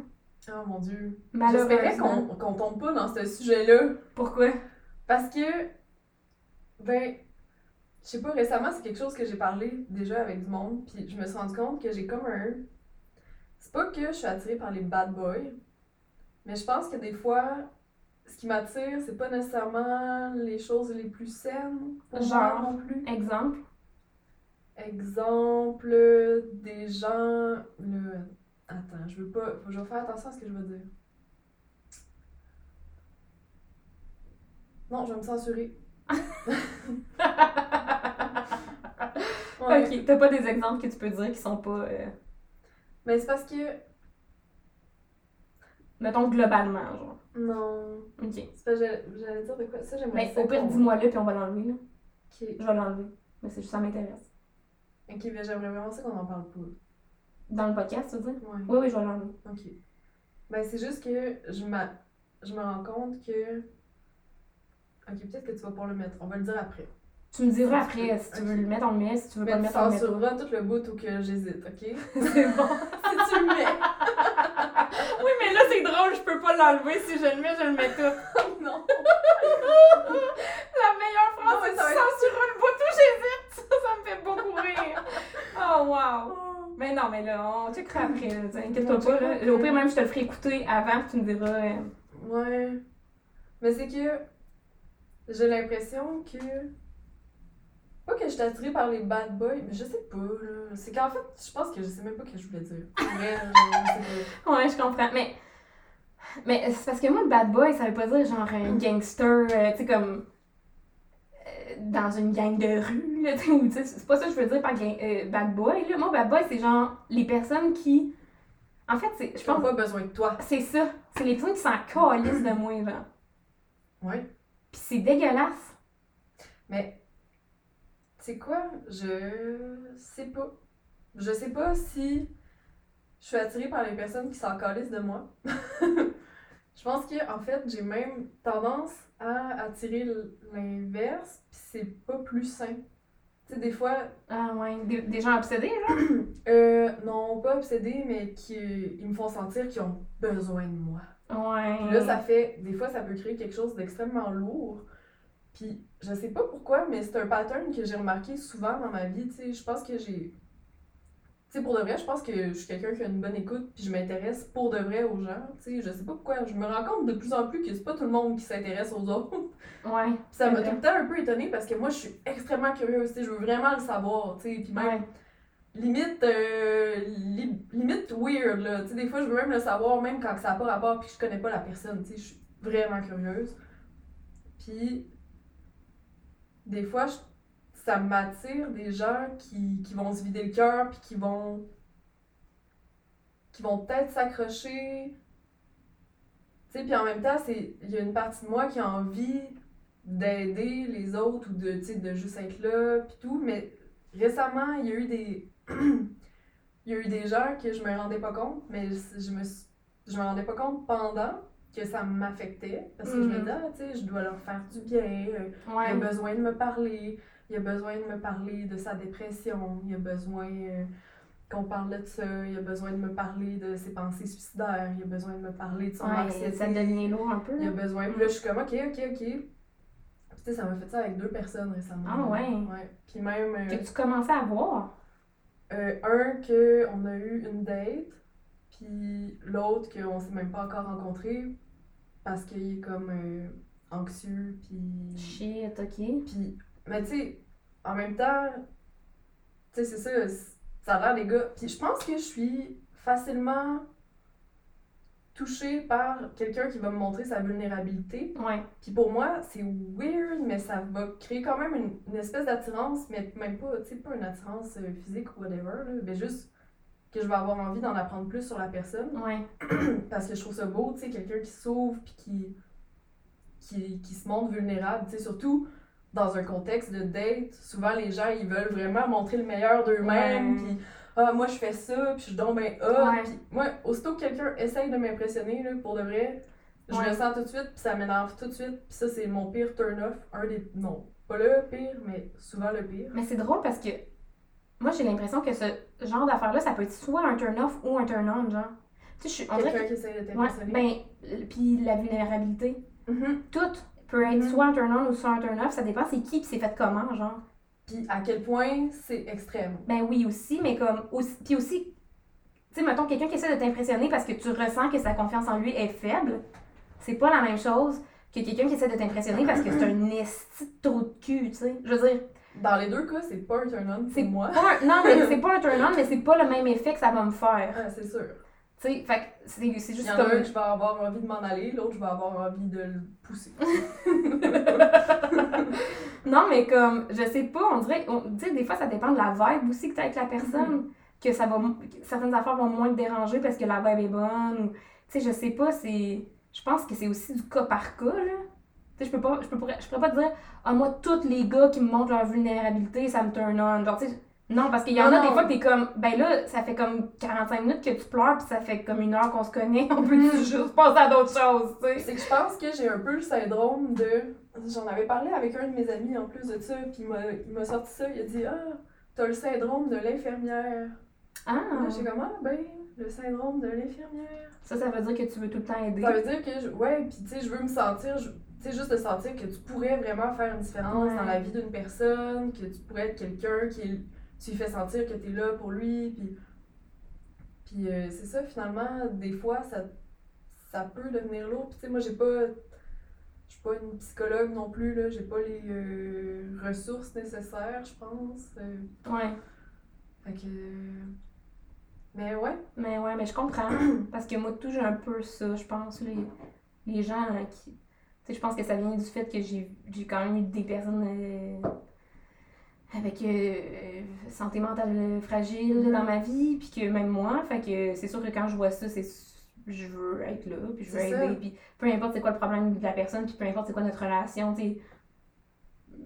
C: Oh mon dieu. J'espérais
A: Malheureusement.
C: qu'on qu'on tombe pas dans ce sujet-là.
A: Pourquoi
C: Parce que, ben, je sais pas, récemment, c'est quelque chose que j'ai parlé déjà avec du monde, puis je me suis rendu compte que j'ai comme un. C'est pas que je suis attirée par les bad boys, mais je pense que des fois, ce qui m'attire, c'est pas nécessairement les choses les plus saines. pour moi
A: Genre.
C: non plus.
A: Exemple.
C: Exemple, des gens. le- Attends, je veux pas. Faut que je faire attention à ce que je veux dire. Non, je vais me censurer. Ouais.
A: Ok, t'as pas des exemples que tu peux dire qui sont pas. euh,
C: Mais c'est parce que.
A: mettons globalement, genre.
C: Non.
A: Ok.
C: C'est parce que j'allais- j'allais dire de quoi. Ça, j'aimerais
A: Mais
C: ça
A: au pire,
C: qu'on-
A: dis-moi-le, puis on va l'enlever, là.
C: Ok,
A: Je vais l'enlever. Mais c'est juste, ça m'intéresse.
C: Ok, mais j'aimerais vraiment ça qu'on en parle pas.
A: Dans le podcast, tu veux dire?
C: Ouais.
A: Oui, oui, je vais l'enlever.
C: Ok. Ben, c'est juste que je, m'a... je me rends compte que. Ok, peut-être que tu vas pas le mettre. On va le dire après.
A: Tu me diras après si tu veux
C: Ok.
A: le mettre, on le met. Si tu veux
C: Mais
A: pas le
C: tu
A: mettre, on le met pas.
C: censureras tout le bout où que j'hésite, ok? si
A: C'est bon.
C: tu le mets!
A: Oui, mais là, c'est drôle, je peux pas l'enlever. Si je le mets, je le mets tout. La
C: non!
A: meilleure
C: Non,
A: phrase,
C: mais
A: c'est tu
C: ça va
A: censureras
C: être-
A: le bout où j'hésite. Ça, ça me fait beaucoup rire. Oh, wow. Mais non, mais là, on checkera après. là, t'sais, Inquiète-toi
C: On
A: pas.
C: checkera
A: Là. Au pire, même, je te le ferai écouter avant, puis tu me diras. euh,
C: Ouais. Mais c'est que. J'ai l'impression que. Pas que je suis attirée par les bad boys, mais je sais pas, là. C'est qu'en fait, je pense que je sais même pas ce que je voulais dire. Mais,
A: Ouais, je comprends. Mais, mais c'est parce que moi, bad boy, ça veut pas dire genre un gangster, euh, tu sais, comme euh, dans une gang de rue, là, tu sais, ou tu sais, c'est pas ça que je veux dire par gang- euh, bad boy. Là. Moi, bad boy, c'est genre les personnes qui. En fait, c'est- je
C: je n'ai
A: pense
C: pas besoin de toi.
A: c'est ça. C'est les personnes qui s'en calissent de moi, genre.
C: Ouais.
A: Pis c'est dégueulasse.
C: Mais c'est quoi? Je sais pas. Je sais pas si je suis attirée par les personnes qui s'en calissent de moi. je pense que en fait, j'ai même tendance à attirer l'inverse, puis c'est pas plus sain. Tu sais, des fois,
A: Ah ouais, des, des gens obsédés, là.
C: euh, non, pas obsédés, mais qui ils me font sentir qu'ils ont besoin de moi. Puis
A: Ouais.
C: là, ça fait. Des fois, ça peut créer quelque chose d'extrêmement lourd. Puis, je sais pas pourquoi, mais c'est un pattern que j'ai remarqué souvent dans ma vie. Tu sais, je pense que j'ai. Tu sais, pour de vrai, je pense que je suis quelqu'un qui a une bonne écoute, puis je m'intéresse pour de vrai aux gens. Tu sais, je sais pas pourquoi. Je me rends compte de plus en plus que c'est pas tout le monde qui s'intéresse aux autres. Puis
A: Ouais.
C: ça m'a
A: C'est vrai.
C: tout le temps un peu étonnée parce que moi, je suis extrêmement curieuse. Tu sais, je veux vraiment le savoir. Tu sais, puis même
A: Ouais.
C: limite euh, li- limite weird là tu sais des fois je veux même le savoir même quand ça n'a pas rapport puis que je connais pas la personne tu sais je suis vraiment curieuse puis des fois je- ça m'attire des gens qui, qui vont se vider le cœur puis qui vont qui vont peut-être s'accrocher tu sais puis en même temps c'est il y a une partie de moi qui a envie d'aider les autres ou de tu sais de juste être là puis tout mais récemment, il y a eu des. il y a eu des gens que je me rendais pas compte, mais je, je me suis- je me rendais pas compte pendant que ça m'affectait. Parce que je me
A: Mhm.
C: disais, ah, tu sais, je dois leur faire du bien. euh, Il a
A: Ouais.
C: besoin de me parler. Il a besoin de me parler de sa dépression. Il a besoin euh, qu'on parle de ça. Il a besoin de me parler de ses pensées suicidaires. Il a besoin de me parler de son
A: Ouais,
C: anxiété.
A: ça devient lourd un peu.
C: Il y a
A: là.
C: besoin. Puis là, je suis comme, ok, ok, ok. Puis, tu sais, ça m'a fait ça avec deux personnes récemment.
A: Ah ouais.
C: Ouais. Puis même euh,
A: Que tu commençais à voir.
C: euh, un que on a eu une date, Puis l'autre, qu'on s'est même pas encore rencontré parce qu'il est comme euh, anxieux, puis.
A: Shit, ok.
C: Puis, mais tu sais, en même temps, tu sais, c'est ça, c- ça a l'air les gars. Puis je pense que je suis facilement touchée par quelqu'un qui va me montrer sa vulnérabilité.
A: Ouais.
C: Puis pour moi, c'est weird, mais ça va créer quand même une, une espèce d'attirance, mais même pas, tu sais, pas une attirance euh, physique ou whatever, là, mais juste que je vais avoir envie d'en apprendre plus sur la personne
A: Ouais.
C: parce que je trouve ça beau, tu sais, quelqu'un qui s'ouvre puis qui, qui, qui se montre vulnérable, tu sais, surtout dans un contexte de date, souvent les gens, ils veulent vraiment montrer le meilleur d'eux-mêmes,
A: Ouais.
C: puis « Ah, moi, je fais ça, puis je suis donc ben hot
A: Ouais.
C: Puis moi, aussitôt que quelqu'un essaye de m'impressionner, là, pour de vrai, je
A: Ouais.
C: me sens tout de suite, puis ça m'énerve tout de suite, puis ça, c'est mon pire turn-off, un des... non, pas le pire, mais souvent le pire.
A: Mais c'est drôle parce que moi, j'ai l'impression que ce genre d'affaire-là, ça peut être soit un turn-off ou un turn-on, genre. Tu sais, je suis- on dirait
C: Quelqu'un
A: que.
C: qui essaye de
A: Ouais,
C: t'impressionner.
A: ben, l- puis la vulnérabilité.
C: Mhm.
A: Tout peut être
C: Mhm.
A: soit un turn-on ou soit un turn-off, ça dépend c'est qui puis c'est fait comment, genre.
C: Puis à quel point c'est extrême.
A: Ben oui, aussi, mais comme. Aussi, puis aussi, tu sais, mettons quelqu'un qui essaie de t'impressionner parce que tu ressens que sa confiance en lui est faible, c'est pas la même chose que quelqu'un qui essaie de t'impressionner parce que c'est un esti de trou de cul, tu sais. Je veux dire,
C: Dans les deux cas, c'est pas un turn-on
A: C'est
C: pour moi.
A: pas un- non, mais c'est pas un turn-on, mais c'est pas le même effet que ça va me faire.
C: Ah, c'est sûr.
A: Tu sais, fait que c'est c'est
C: Il y
A: juste
C: en
A: comme.
C: a un que je vais avoir envie de m'en aller, l'autre je vais avoir envie de le pousser.
A: Non, mais comme, je sais pas, on dirait, on- tu sais, des fois, ça dépend de la vibe aussi que t'as avec la
C: Mhm.
A: personne. Que ça va, mo- que certaines affaires vont moins te déranger parce que la vibe est bonne. ou- Tu sais, je sais pas, c'est. Je pense que c'est aussi du cas par cas, là. Tu sais, je peux pas, je peux pourrais- je pourrais pas te dire, ah, moi, tous les gars qui me montrent leur vulnérabilité, ça me turn on. Genre, tu sais, non, parce qu'il y en
C: Non,
A: a des
C: non.
A: fois que t'es comme, ben là, ça fait comme 45 minutes que tu pleures, puis ça fait comme une heure qu'on se connaît, on
C: Mhm.
A: peut juste passer à d'autres choses, tu sais.
C: c'est que je pense que j'ai un peu le syndrome de. J'en avais parlé avec un de mes amis en plus de ça, puis il m'a- il m'a sorti ça, il a dit Ah, t'as le syndrome de l'infirmière.
A: Ah,
C: Là, j'étais comme Ah, ben, le syndrome de l'infirmière.
A: ça, ça veut dire que tu veux tout le temps aider.
C: Ça veut dire que, je- ouais, puis tu sais, je veux me sentir, je- tu sais, juste de sentir que tu pourrais vraiment faire une différence
A: Ouais.
C: dans la vie d'une personne, que tu pourrais être quelqu'un qui, est- tu lui fais sentir que t'es là pour lui, puis. Puis euh, c'est ça, finalement, des fois, ça, ça peut devenir lourd. Puis tu sais, moi, j'ai pas. Je suis pas une psychologue non plus, là, j'ai pas les euh, ressources nécessaires, je pense. euh,
A: Ouais.
C: fait que. Mais ouais,
A: Mais ouais, mais je comprends. parce que moi, tout, j'ai un peu ça, je pense. Les, les gens hein, qui. Tu sais, je pense que ça vient du fait que j'ai j'ai quand même eu des personnes euh, avec euh, euh, santé mentale euh, fragile
C: Mm-hmm.
A: dans ma vie, puis que même moi. Fait que c'est sûr que quand je vois ça, c'est. s- Je veux être là, puis je veux
C: C'est
A: aider,
C: ça.
A: puis peu importe c'est quoi le problème de la personne, puis peu importe c'est quoi notre relation, tu sais.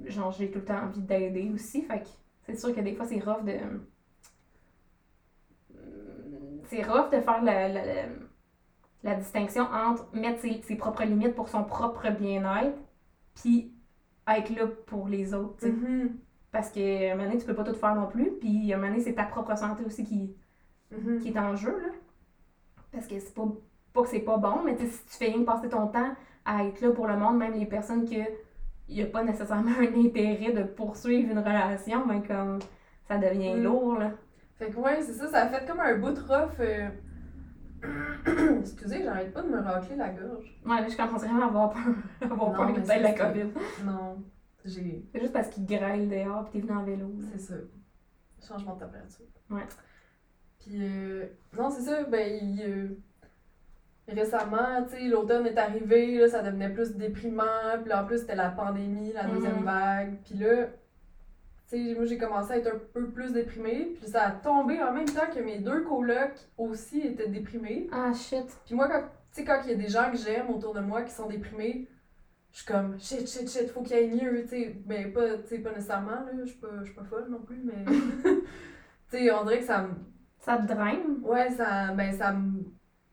A: Genre, j'ai tout le temps envie d'aider aussi, fait que c'est sûr que des fois, c'est rough de. C'est rough de faire la, la, la- la distinction entre mettre ses, ses propres limites pour son propre bien-être, puis être là pour les autres. tu sais.
C: Mhm,
A: Parce que, à un moment donné, tu peux pas tout faire non plus, puis à un moment donné, c'est ta propre santé aussi qui,
C: mhm.
A: qui est en jeu. Là. Parce que c'est pas, pas que c'est pas bon, mais tu sais, si tu fais rien que passer ton temps à être là pour le monde, même les personnes que il a pas nécessairement un intérêt de poursuivre une relation, ben comme ça devient
C: Mm.
A: lourd là.
C: Fait que ouais, c'est ça, ça a fait comme un bout de rough. euh. Excusez, j'arrête pas de me racler la gorge.
A: Ouais, là, je commence vraiment à avoir peur, à avoir
C: Non,
A: peur que
C: mais
A: t'aies la
C: c'est ça.
A: COVID.
C: Non, j'ai.
A: C'est juste parce qu'il grêle dehors pis t'es venu en vélo. là.
C: C'est ça. Changement de température.
A: Ouais.
C: Puis, euh, non, c'est ça, ben, il, euh, récemment, tu sais, l'automne est arrivé, là, ça devenait plus déprimant, puis là, en plus, c'était la pandémie, la deuxième
A: Mhm.
C: vague, puis là, tu sais, moi, j'ai commencé à être un peu plus déprimée, puis ça a tombé en même temps que mes deux colocs aussi étaient déprimés.
A: Ah shit.
C: Puis moi, quand, tu sais, quand il y a des gens que j'aime autour de moi qui sont déprimés, je suis comme shit, shit, shit, faut qu'il y ait mieux, tu sais. Ben, pas, tu sais, pas nécessairement, là, je suis pas, je suis pas folle non plus, mais. tu sais, on dirait que ça me.
A: Ça te draine.
C: Ouais, ça. Ben, ça me.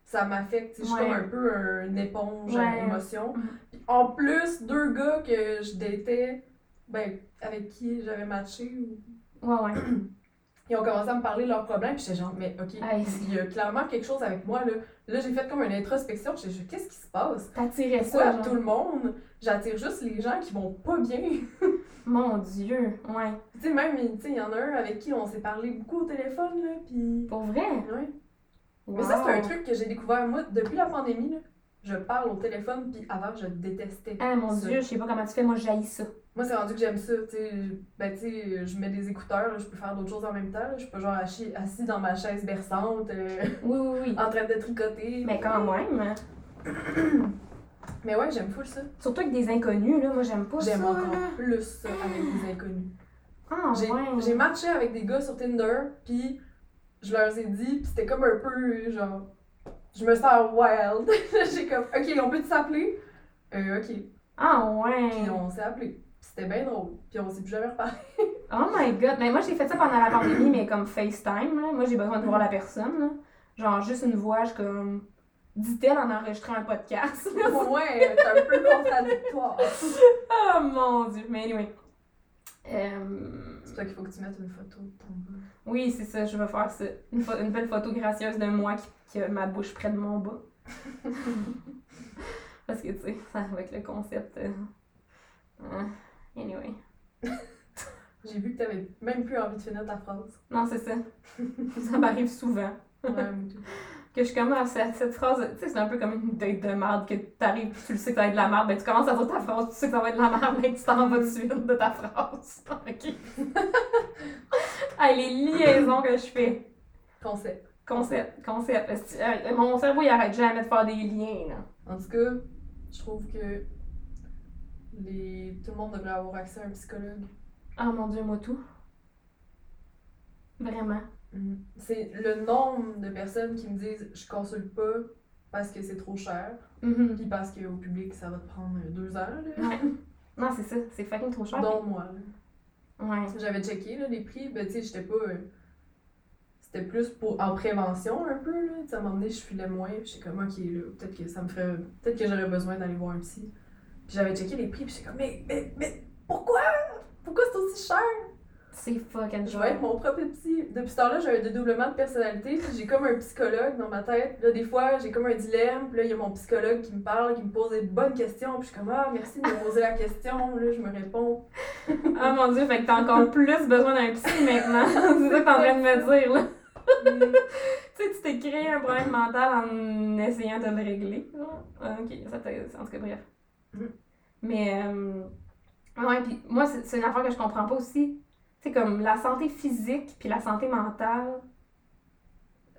C: Ça m'affecte, tu sais, je suis
A: Ouais.
C: comme un peu un- une éponge à
A: Ouais.
C: l'émotion.
A: Mhm.
C: Puis en plus, deux gars que je datais, ben, avec qui j'avais matché, ou-
A: Ouais, ouais.
C: ils ont commencé à me parler de leurs problèmes, puis j'étais genre, mais ok,
A: Aïe.
C: il y a clairement quelque chose avec moi, là. Là, j'ai fait comme une introspection, j'étais genre, qu'est-ce qui se passe?
A: T'attirais
C: Pourquoi
A: ça, genre.
C: tout le monde? J'attire juste les gens qui vont pas bien. tu
A: Mon dieu. Ouais.
C: sais, même, tu sais, il y en a un avec qui on s'est parlé beaucoup au téléphone, là, pis...
A: Pour vrai?
C: Ouais. Mais ça, c'est un truc que j'ai découvert, moi, depuis la pandémie, là, je parle au téléphone, puis avant, je détestais.
A: Ah mon
C: ça.
A: dieu, je sais pas comment tu fais, moi j'haïs ça.
C: Moi, c'est rendu que j'aime ça, tu sais, ben, tu sais, je mets des écouteurs, là, je peux faire d'autres choses en même temps, là. je suis pas genre assis, assis dans ma chaise berçante, euh,
A: Oui, oui, oui.
C: en train de tricoter.
A: Mais quand même. hein.
C: Mais ouais, j'aime full ça.
A: Surtout avec des inconnus, là, moi j'aime pas
C: J'aime
A: ça.
C: encore
A: là.
C: plus ça avec des inconnus.
A: Ah,
C: J'ai
A: ouais.
C: j'ai matché avec des gars sur Tinder, puis je leur ai dit, puis c'était comme un peu genre. Je me sens wild. J'ai comme, ok, on peut s'appeler? Euh, ok.
A: Ah, ouais.
C: Puis on s'est appelé. Puis c'était bien drôle. Puis on s'est plus jamais reparlé.
A: Oh my god. Mais moi j'ai fait ça pendant la pandémie, mais comme FaceTime, là. Moi j'ai besoin de voir la personne, là. Genre juste une voix, je comme. Dit-elle en enregistrant un podcast, là.
C: Au moins, c'est un peu contradictoire.
A: Oh mon dieu. Mais anyway. Euh,
C: C'est pour ça qu'il faut que tu mettes une photo de ton gars.
A: Oui, c'est ça, je vais faire ça. Une, pho- une belle photo gracieuse de moi qui, qui a ma bouche près de mon bas. Parce que, tu sais, ça va être le concept. euh, euh, Anyway.
C: J'ai vu que t'avais même plus envie de finir ta phrase.
A: Non, c'est ça. ça m'arrive souvent.
C: Ouais, moi tout.
A: Que je commence à cette phrase. Tu sais, c'est un peu comme une date de merde que t'arrives pis tu le sais que ça va être de la merde. Ben, tu commences à dire ta phrase, tu sais que ça va être de la merde, mais tu t'en vas de suite de ta phrase. Ok. ah, les liaisons que je fais.
C: Concept.
A: Concept, concept. Parce que, euh, Mon cerveau, il arrête jamais de faire des liens, là.
C: En tout cas, je trouve que les... tout le monde devrait avoir accès à un psychologue.
A: Ah mon dieu, moi tout. Vraiment.
C: Mhm. C'est le nombre de personnes qui me disent je consulte pas parce que c'est trop cher,
A: Mhm.
C: puis parce qu'au public ça va te prendre deux heures, là.
A: Ouais. Non, c'est ça. C'est fucking trop cher.
C: dont moi. là.
A: Ouais.
C: J'avais checké là, les prix, ben tu sais, j'étais pas. euh, C'était plus pour en prévention un peu, là. Tu sais, à un moment donné, je filais moins, puis j'étais comme, ok, là, peut-être que ça me ferait. Peut-être que j'aurais besoin d'aller voir un psy. Puis j'avais checké les prix, puis j'étais comme, mais, mais, mais pourquoi? Pourquoi c'est aussi cher?
A: C'est fucking
C: Je vais
A: cher.
C: être mon propre psy. Depuis ce temps-là, j'ai un dédoublement de personnalité. puis J'ai comme un psychologue dans ma tête. Là, des fois, j'ai comme un dilemme. Puis là, il y a mon psychologue qui me parle, qui me pose des bonnes questions. Puis je suis comme, ah, merci de me poser la question. Là, je me réponds.
A: Ah mon dieu, fait que t'as encore plus besoin d'un psy maintenant. c'est ça que t'es en train de me dire, là.
C: Hmm.
A: Tu sais, tu t'es créé un problème mental en essayant de le régler. genre. Ah, Ok, ça t'a. En tout cas, bref.
C: Mhm.
A: Mais. euh, ouais, puis moi, c'est c'est une affaire que je comprends pas aussi. Tu sais, comme la santé physique puis la santé mentale.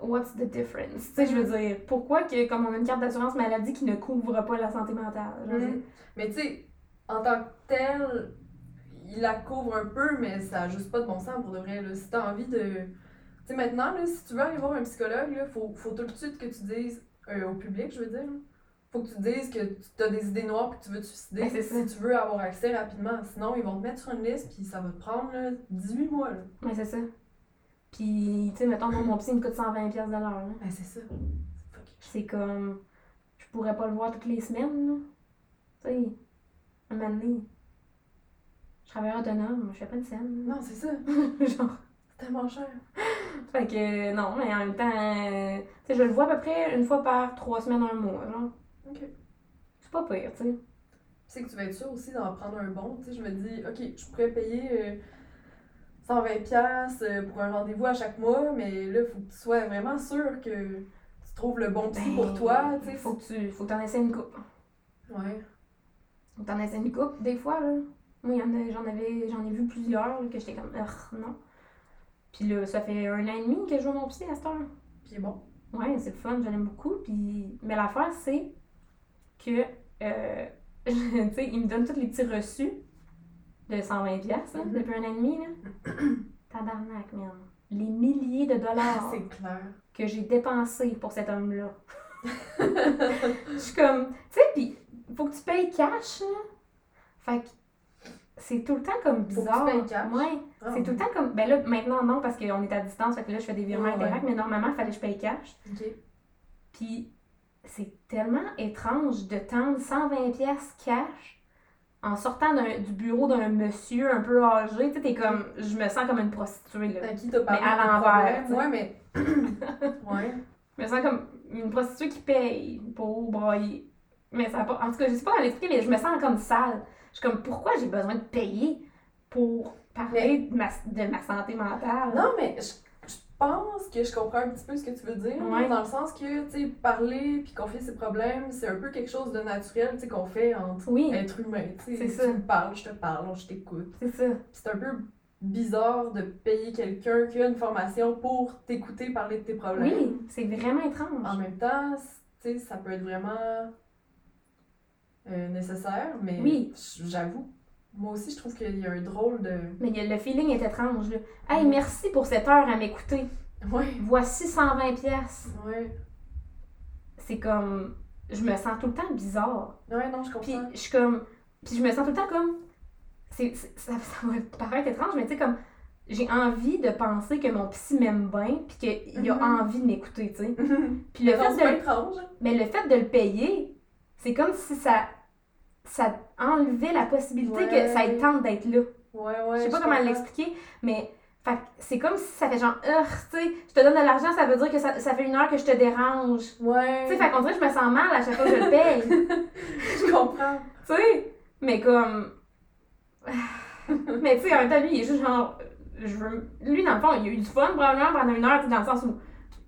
A: What's the difference? Tu sais, je veux dire, pourquoi que, comme on a une carte d'assurance maladie qui ne couvre pas la santé mentale? Genre,
C: Mhm. Mais tu sais, en tant que tel, il la couvre un peu, mais ça a juste pas de bon sens pour de vrai. Là. Si t'as envie de. Tu sais, maintenant, là, si tu veux aller voir un psychologue, il faut, faut tout de suite que tu dises, euh, au public, je veux dire, là, faut que tu dises que tu as des idées noires et que tu veux te suicider
A: Ben, c'est
C: si tu veux avoir accès rapidement. Sinon, ils vont te mettre sur une liste puis ça va te prendre là, 18 mois. Là.
A: Ouais, c'est ça. Puis, tu sais, mettons, moi, mon psy il me coûte 120$ de l'heure. hein. là.
C: Ben, c'est ça. Fuck.
A: C'est comme. Je pourrais pas le voir toutes les semaines, là. Tu sais, un moment donné. Je travaille autonome, je fais pas une scène.
C: Non, c'est ça.
A: Genre.
C: C'est tellement cher.
A: Fait que, non, mais en même temps. euh, tu sais, je le vois à peu près une fois par trois semaines, un mois, genre.
C: Ok.
A: C'est pas pire, tu sais.
C: c'est que tu vas être sûr aussi d'en prendre un bon. Tu sais, je me dis, OK, je pourrais payer euh, 120$ piastres, euh, pour un rendez-vous à chaque mois, mais là, il faut que tu sois vraiment sûr que tu trouves le bon psy pour
A: Ben,
C: toi. Tu sais,
A: Faut que tu. Faut que t'en essaies une coupe.
C: Ouais.
A: Faut que t'en essaies une coupe, des fois, là. Moi, il y en a- j'en avais. J'en ai vu plusieurs, là, que j'étais comme. Ah, non. Puis là, ça fait un an et demi que je vois mon psy à cette heure.
C: Puis bon.
A: Ouais, c'est le fun, je l'aime beaucoup. Puis... Mais l'affaire, c'est que, euh, tu sais, il me donne tous les petits reçus de 120$ piastres, là,
C: Mhm.
A: depuis un an et demi. Là. Tabarnak, man. Les milliers de dollars
C: C'est clair.
A: que j'ai dépensés pour cet homme-là. Je suis comme, tu sais, puis faut que tu payes cash. Là. Fait que c'est tout le temps comme
C: Faut que tu
A: bizarre.
C: payes cash?
A: Ouais.
C: Ah,
A: c'est tout le temps comme. Ben là, maintenant, non, parce qu'on est à distance, fait que là, je fais des virements
C: Ah Ouais, ouais.
A: interacts, mais normalement, il fallait que je paye cash.
C: OK.
A: Puis c'est tellement étrange de tendre 120 pièces cash en sortant d'un- du bureau d'un monsieur un peu âgé. Tu sais, t'es comme, je me sens comme une prostituée là.
C: À qui t'as parlé?
A: Mais à
C: de tes
A: l'envers,
C: problèmes. Ouais, mais. ouais.
A: Je me sens comme une prostituée qui paye pour broyer. Mais ça a pas. En tout cas, je sais pas comment l'expliquer, mais je me sens comme sale. Je suis comme, pourquoi j'ai besoin de payer pour parler de, ma, de ma santé mentale?
C: Non, mais je, je pense que je comprends un petit peu ce que tu veux dire,
A: Ouais.
C: dans le sens que, tu sais, parler puis confier ses problèmes, c'est un peu quelque chose de naturel, tu sais, qu'on fait entre
A: Oui,
C: êtres humains, tu sais.
A: C'est ça.
C: Tu me parles, je te parle, je t'écoute.
A: c'est ça.
C: Puis c'est un peu bizarre de payer quelqu'un qui a une formation pour t'écouter parler de tes problèmes.
A: Oui, c'est vraiment
C: En
A: étrange.
C: même temps, c- tu sais, ça peut être vraiment euh, nécessaire, mais
A: Oui.
C: j- j'avoue, moi aussi, je trouve qu'il y a un drôle de.
A: Mais il y a- le feeling est étrange. Là. Hey,
C: Mm.
A: merci pour cette heure à m'écouter.
C: Ouais,
A: Voici 120 pièces.
C: ouais.
A: C'est comme je me sens tout le temps bizarre.
C: Ouais, non, je
A: Puis
C: comprends.
A: je suis comme puis je me sens tout le temps comme c'est c'est- ça, ça va paraître étrange mais tu sais comme j'ai envie de penser que mon psy m'aime bien puis qu'il a
C: Mhm.
A: envie de m'écouter, tu sais.
C: non,
A: Puis le fait
C: c'est pas
A: de
C: étrange.
A: mais le fait de le payer, c'est comme si ça ça enlevait la possibilité que ça ait
C: Ouais.
A: tente d'être là.
C: Ouais, ouais.
A: je sais pas
C: je
A: comment
C: comprends.
A: l'expliquer, mais fait que c'est comme si ça fait genre, Urgh, tu sais, je te donne de l'argent, ça veut dire que ça, ça fait une heure que je te dérange.
C: Ouais.
A: Tu sais, fait qu'on dirait que je me sens mal à chaque fois que je le paye.
C: je comprends.
A: tu sais, mais comme. mais tu sais, en même temps, lui, il est juste genre. Je veux. Lui, dans le fond, il a eu du fun probablement pendant une heure, tu sais, dans le sens où.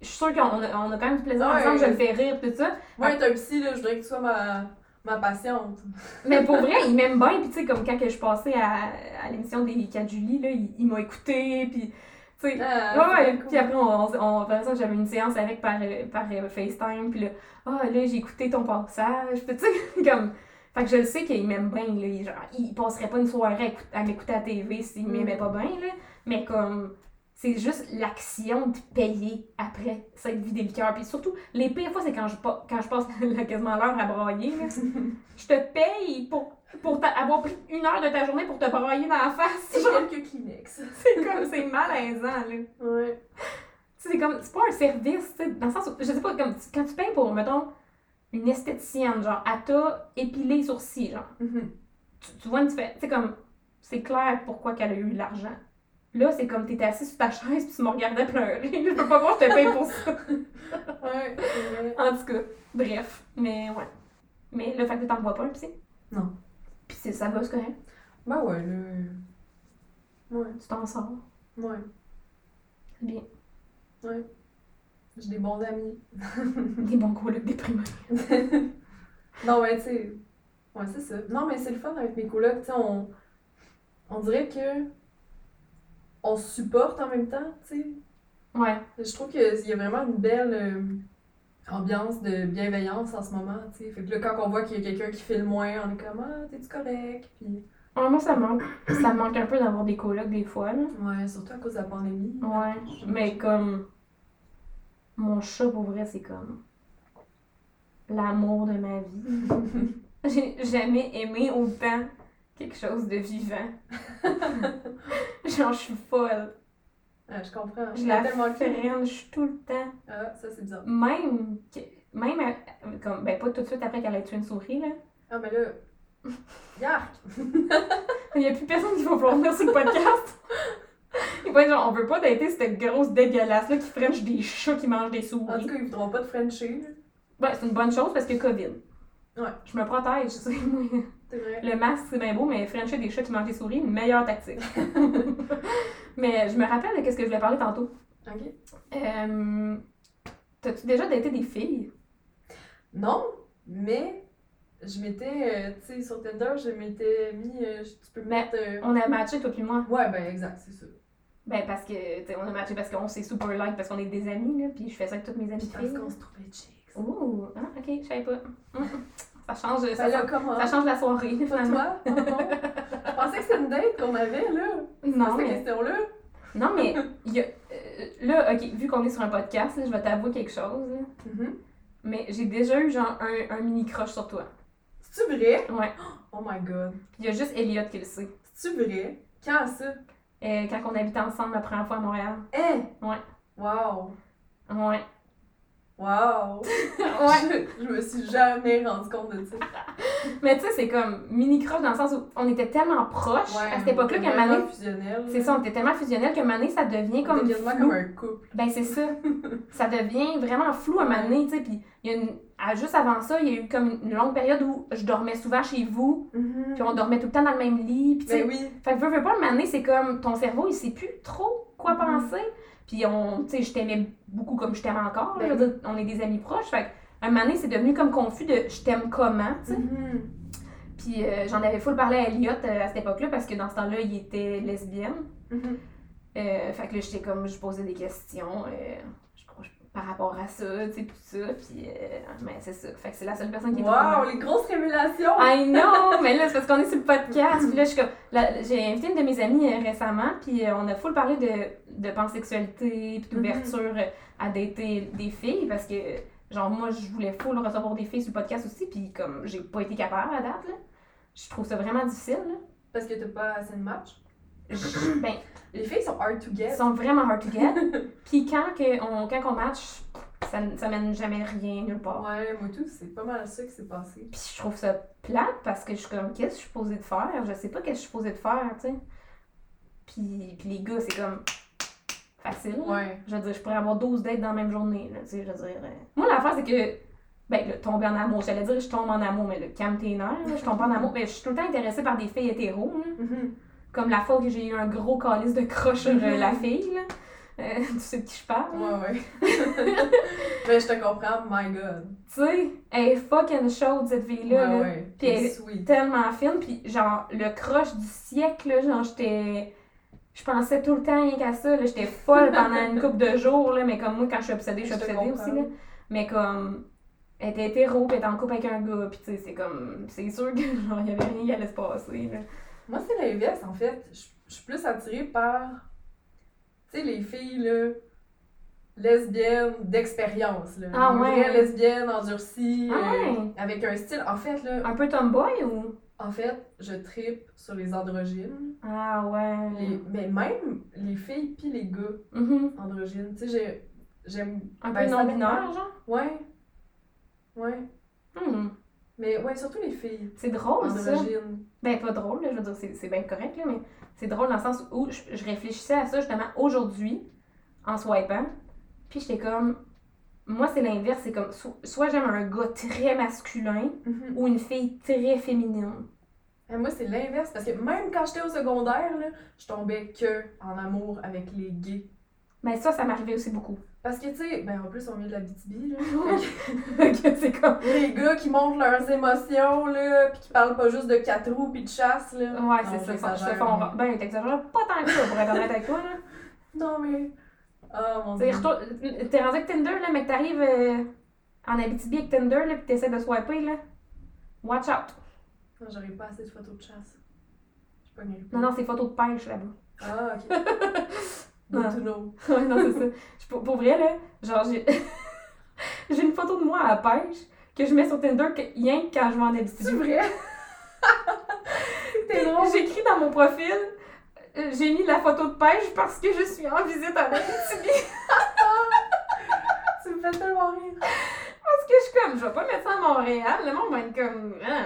A: Je suis sûre qu'on a, on a quand même du plaisir
C: Ouais.
A: ensemble, je le fais rire, pis tout ça.
C: Moi, être un psy, là, je voudrais que tu sois ma, ma patiente.
A: Mais pour vrai, il m'aime bien, pis tu sais, comme quand que je passais à, à l'émission des 4 Julie, là, il, il m'a écouté, pis. Tu sais,
C: Ah,
A: Ouais,
C: c'est
A: ouais,
C: cool.
A: puis après, on, on, on- par exemple, j'avais une séance avec par, euh, par euh, FaceTime, puis là, ah, là, j'ai écouté ton passage, puis tu sais, comme. Fait que je le sais qu'il m'aime bien, là. Il, genre, il passerait pas une soirée à écout- à m'écouter à la TV s'il
C: Mm.
A: m'aimait pas bien, là. Mais comme. C'est juste l'action de payer après cette vidé le cœur. Puis surtout, les pires fois, c'est quand je, pa- quand je passe la- quasiment l'heure à brailler. là. Je te paye pour, pour ta- avoir pris une heure de ta journée pour te brailler dans la face.
C: C'est quelques Kleenex.
A: C'est comme, c'est malaisant, là.
C: Ouais.
A: Tu sais, c'est comme c'est pas un service tu sais, dans le sens où, je sais pas comme tu- quand tu payes pour mettons une esthéticienne genre à t'a épilé les sourcils genre
C: Mhm.
A: tu, tu vois une différence tu sais comme c'est clair pourquoi qu'elle a eu l'argent là c'est comme t'étais assis sur ta chaise puis tu me regardais pleurer je peux pas voir je te paye pour ça
C: Ouais. c'est vrai.
A: en tout cas bref mais ouais mais le fait que t'en vois pas un psy
C: Non.
A: puis c'est- ça va c'est correct
C: Ben ouais, là. Ouais,
A: tu t'en sors
C: ouais.
A: c'est bien
C: J'ai des bons amis.
A: des bons colocs déprimés
C: non, mais tu sais. Ouais, c'est ça. Non, mais c'est le fun avec mes colocs. Tu sais, on. On dirait que. On se supporte en même temps, tu
A: ouais
C: sais. Je trouve qu'il y a vraiment une belle euh, ambiance de bienveillance en ce moment, tu sais. Fait que là, quand on voit qu'il y a quelqu'un qui fait le moins, on est comme Ah, t'es-tu correct? Puis.
A: Ouais, moi ça me manque ça me manque un peu d'avoir des colocs des fois là
C: Ouais, surtout à cause de la pandémie.
A: Ouais, mais comme. Mon chat, pour vrai, c'est comme. L'amour de ma vie. J'ai jamais aimé autant quelque chose de vivant. Genre, je suis folle.
C: Ouais, Ah, je comprends.
A: Je la
C: tellement cute.
A: freine, je suis tout le temps.
C: Ah, ça, c'est bizarre.
A: Même. que- Même. à- Comme, ben, pas tout de suite après qu'elle ait tué une souris, là.
C: Ah, mais là. Yark!
A: Il n'y a plus personne qui va vouloir venir sur le podcast. Il va être genre, on veut pas dater cette grosse dégueulasse-là qui freine des chats qui mangent des souris.
C: En tout cas, ils voudront pas de Frenchie, là.
A: Ouais, c'est une bonne chose parce que COVID.
C: Ouais.
A: Je me protège, tu sais, moi.
C: C'est vrai.
A: Le masque, c'est bien beau, mais Frencher des chats qui mangent des souris, meilleure tactique. mais je me rappelle de quest ce que je voulais parler tantôt.
C: Ok.
A: Euh, T'as-tu déjà daté des filles?
C: Non, mais je m'étais, euh, tu sais, sur Tinder, je m'étais mis, euh, je- tu peux
A: Mais-
C: mettre... euh,
A: On a matché, toi puis moi.
C: Ouais, ben exact, c'est ça.
A: Ben, parce que, tu sais, on a matché parce qu'on s'est super like, parce qu'on est des amis, là, puis je fais ça avec toutes mes amies
C: Puis
A: de filles.
C: parce qu'on se trouvait chicks.
A: Ouh, ah, ok, je savais pas. Hum, Ça change,
C: Ça
A: ça,
C: là,
A: change-
C: comment?
A: ça change la soirée,
C: Pas
A: finalement.
C: toi? Non, non. Je pensais que c'était une date qu'on avait, là.
A: Non,
C: cette
A: mais
C: question-là.
A: Non, mais il y a- euh, là, ok, vu qu'on est sur un podcast, là, je vais t'avouer quelque chose. là.
C: Mhm.
A: Mais j'ai déjà eu genre un, un mini crush sur toi.
C: C'est-tu vrai?
A: Ouais.
C: Oh my god.
A: Puis Il y a juste Elliot qui le sait.
C: C'est-tu vrai? Quand ça?
A: Euh, quand on habitait ensemble la première fois à Montréal.
C: Eh!
A: Ouais.
C: Wow.
A: Ouais.
C: Wow.
A: ouais.
C: Je, je me suis jamais rendu compte de ça.
A: Mais tu sais, c'est comme mini crush dans le sens où on était tellement proches à cette époque-là qu'à un moment donné-
C: fusionnel.
A: C'est ça, on était tellement fusionnels qu'à un moment donné, ça devient comme.
C: quasiment
A: flou.
C: comme un couple.
A: Ben c'est ça. ça devient vraiment flou à un moment donné, tu sais. Puis il y a une- ah, juste avant ça, il y a eu comme une longue période où je dormais souvent chez vous. Puis
C: Mhm.
A: on dormait tout le temps dans le même lit. Puis Mhm. tu sais,
C: Ben oui.
A: Fait que veux, veux pas, le moment donné, c'est comme ton cerveau, il sait plus trop quoi
C: Mhm.
A: penser. Puis, on, tu sais, je t'aimais beaucoup comme je t'aime encore. là. Je veux dire, on est des amis proches. Fait que, à un moment donné, c'est devenu comme confus de je t'aime comment, tu sais.
C: Mhm.
A: Puis, euh, j'en avais full parlé à Elliot euh, à cette époque-là parce que dans ce temps-là, il était lesbienne.
C: Mhm.
A: Euh, fait que là, j'étais comme, je posais des questions euh, je crois, je- par rapport à ça, tu sais, tout ça. Puis, euh, mais c'est ça. Fait que c'est la seule personne qui est
C: Wow, les grosses révélations!
A: I know, mais là, c'est parce qu'on est sur le podcast. Puis là, je suis comme. là, J'ai invité une de mes amies euh, récemment, puis euh, on a full parlé de, de pansexualité, puis d'ouverture euh, à dater des filles, parce que, genre, moi, je voulais full recevoir des filles sur le podcast aussi, puis comme, j'ai pas été capable à date, là. Je trouve ça vraiment difficile, là.
C: Parce que t'as pas assez de match.
A: Je- ben,
C: Les filles sont hard to
A: ils
C: get.
A: sont vraiment hard to get. Puis quand, que on, quand on match, ça, ça mène jamais rien nulle part.
C: Ouais, moi tout, c'est pas mal ça qui s'est passé.
A: Puis je trouve ça plate parce que je suis comme, qu'est-ce que je suis posée de faire? Je sais pas qu'est-ce que je suis posée de faire, tu sais. Puis, puis les gars, c'est comme facile. là.
C: Ouais.
A: Je veux dire, je pourrais avoir 12 dates dans la même journée, là, tu sais. Je veux dire, euh. moi, l'affaire, c'est que, ben, là, tomber en amour. J'allais dire, je tombe en amour, mais le calme tes nerfs, là, je tombe en amour. Mais je suis tout le temps intéressée par des filles hétéros, là.
C: Mhm.
A: Comme la fois où j'ai eu un gros calice de croche sur euh, la fille, là. Euh, tu sais de qui je parle.
C: Ouais, ouais. Mais je te comprends, my god.
A: Tu sais, elle est fucking chaude, cette fille-là. là.
C: ouais, ouais.
A: Puis
C: It's
A: elle-
C: sweet.
A: tellement fine. Puis genre, le crush du siècle, là, genre, j'étais. Je pensais tout le temps rien qu'à ça. là. J'étais folle pendant une couple de jours, là, mais comme moi, quand je suis obsédée, je suis
C: Je te
A: obsédée
C: comprends.
A: aussi. Là. Mais comme. Elle était hétéro, puis elle était en couple avec un gars, puis tu sais, c'est comme. C'est sûr que, genre, il y avait rien qui allait se passer, là.
C: Moi, c'est l'inverse, en fait. Je je suis plus attirée par, tu sais, les filles, là, lesbiennes d'expérience, là.
A: Ah
C: Les
A: ouais.
C: vraies lesbiennes endurcies,
A: Ah
C: euh,
A: ouais.
C: avec un style. En fait, là,
A: euh, Un peu tomboy ou.
C: en fait, je tripe sur les androgynes.
A: Ah ouais.
C: Les- mais même les filles puis les gars
A: Mhm.
C: androgynes, tu sais, j'ai- j'aime...
A: Un
C: Ben,
A: peu
C: ça
A: non-binaire, genre.
C: Ouais. Ouais.
A: Hum.
C: Mais ouais, surtout les filles
A: C'est drôle, ça.
C: androgynes.
A: Ben, pas drôle, là, je veux dire, c'est- c'est bien correct, là, mais c'est drôle dans le sens où je, je réfléchissais à ça justement aujourd'hui, en swipant, puis j'étais comme, moi c'est l'inverse, c'est comme, so- soit j'aime un gars très masculin
C: Mhm.
A: ou une fille très féminine.
C: Ah, Moi, c'est l'inverse, parce que même quand j'étais au secondaire, là, je tombais que en amour avec les gays.
A: Mais Ben, ça, ça m'arrivait aussi beaucoup.
C: Parce que, tu sais, ben en plus, on vient de la BTB, là.
A: Fait que c'est comme,
C: les gars qui montrent leurs émotions, là, pis qui parlent pas juste de quatre roues pis de chasse, là.
A: ouais,
C: Non,
A: c'est ça, ils se
C: Ah, j'exagère,
A: font,
C: mais-
A: ben, t'exagères pas tant que ça, pour être honnête avec toi, là.
C: Non, mais. Oh mon
A: Tu sais,
C: dieu.
A: retourne- t'es rendu avec Tinder, là, mais que t'arrives euh, en Abitibi avec Tinder, là, pis t'essaies de swiper, là, watch out.
C: Non, J'aurais pas assez de photos de chasse. Je pas nulle.
A: Non, non, c'est photo de pêche, là-bas.
C: Ah, ok. Good
A: Ah.
C: to know.
A: Ouais, non, c'est ça. Je- pour, pour vrai, là, genre, j'ai... j'ai une photo de moi à la pêche que je mets sur Tinder que, rien que quand je vais en
C: C'est
A: Abitibi.
C: vrai? T'es drôle.
A: J'écris dans mon profil, euh, j'ai mis la photo de pêche parce que je suis en visite en Abitibi.
C: Tu me fais tellement rire.
A: parce que je suis comme, je vais pas mettre ça à Montréal. Le monde va être comme, Ah,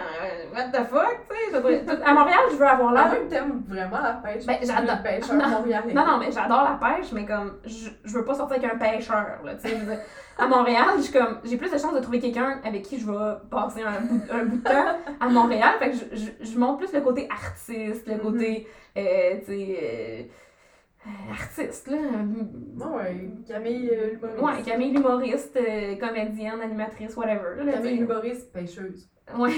A: what the fuck, tu sais. je veux dire, À Montréal, je veux avoir
C: Ah,
A: l'air.
C: même t'aimes vraiment la pêche.
A: Ben, j'adore.
C: Le pêcheur montréalais.
A: Non, non, mais j'adore la pêche, mais comme, je, je veux pas sortir avec un pêcheur, là, tu sais. je veux dire, À Montréal, je suis comme, j'ai plus de chances de trouver quelqu'un avec qui je vais passer un bout, un bout de temps à Montréal. Fait que je, je, je montre plus le côté artiste, le côté,
C: Mhm.
A: euh, tu sais, euh, euh, artiste, là.
C: Ouais, Camille euh, l'humoriste.
A: Ouais, Camille l'humoriste, euh, comédienne, animatrice, whatever. là, tu sais.
C: Camille l'humoriste, pêcheuse.
A: Ouais,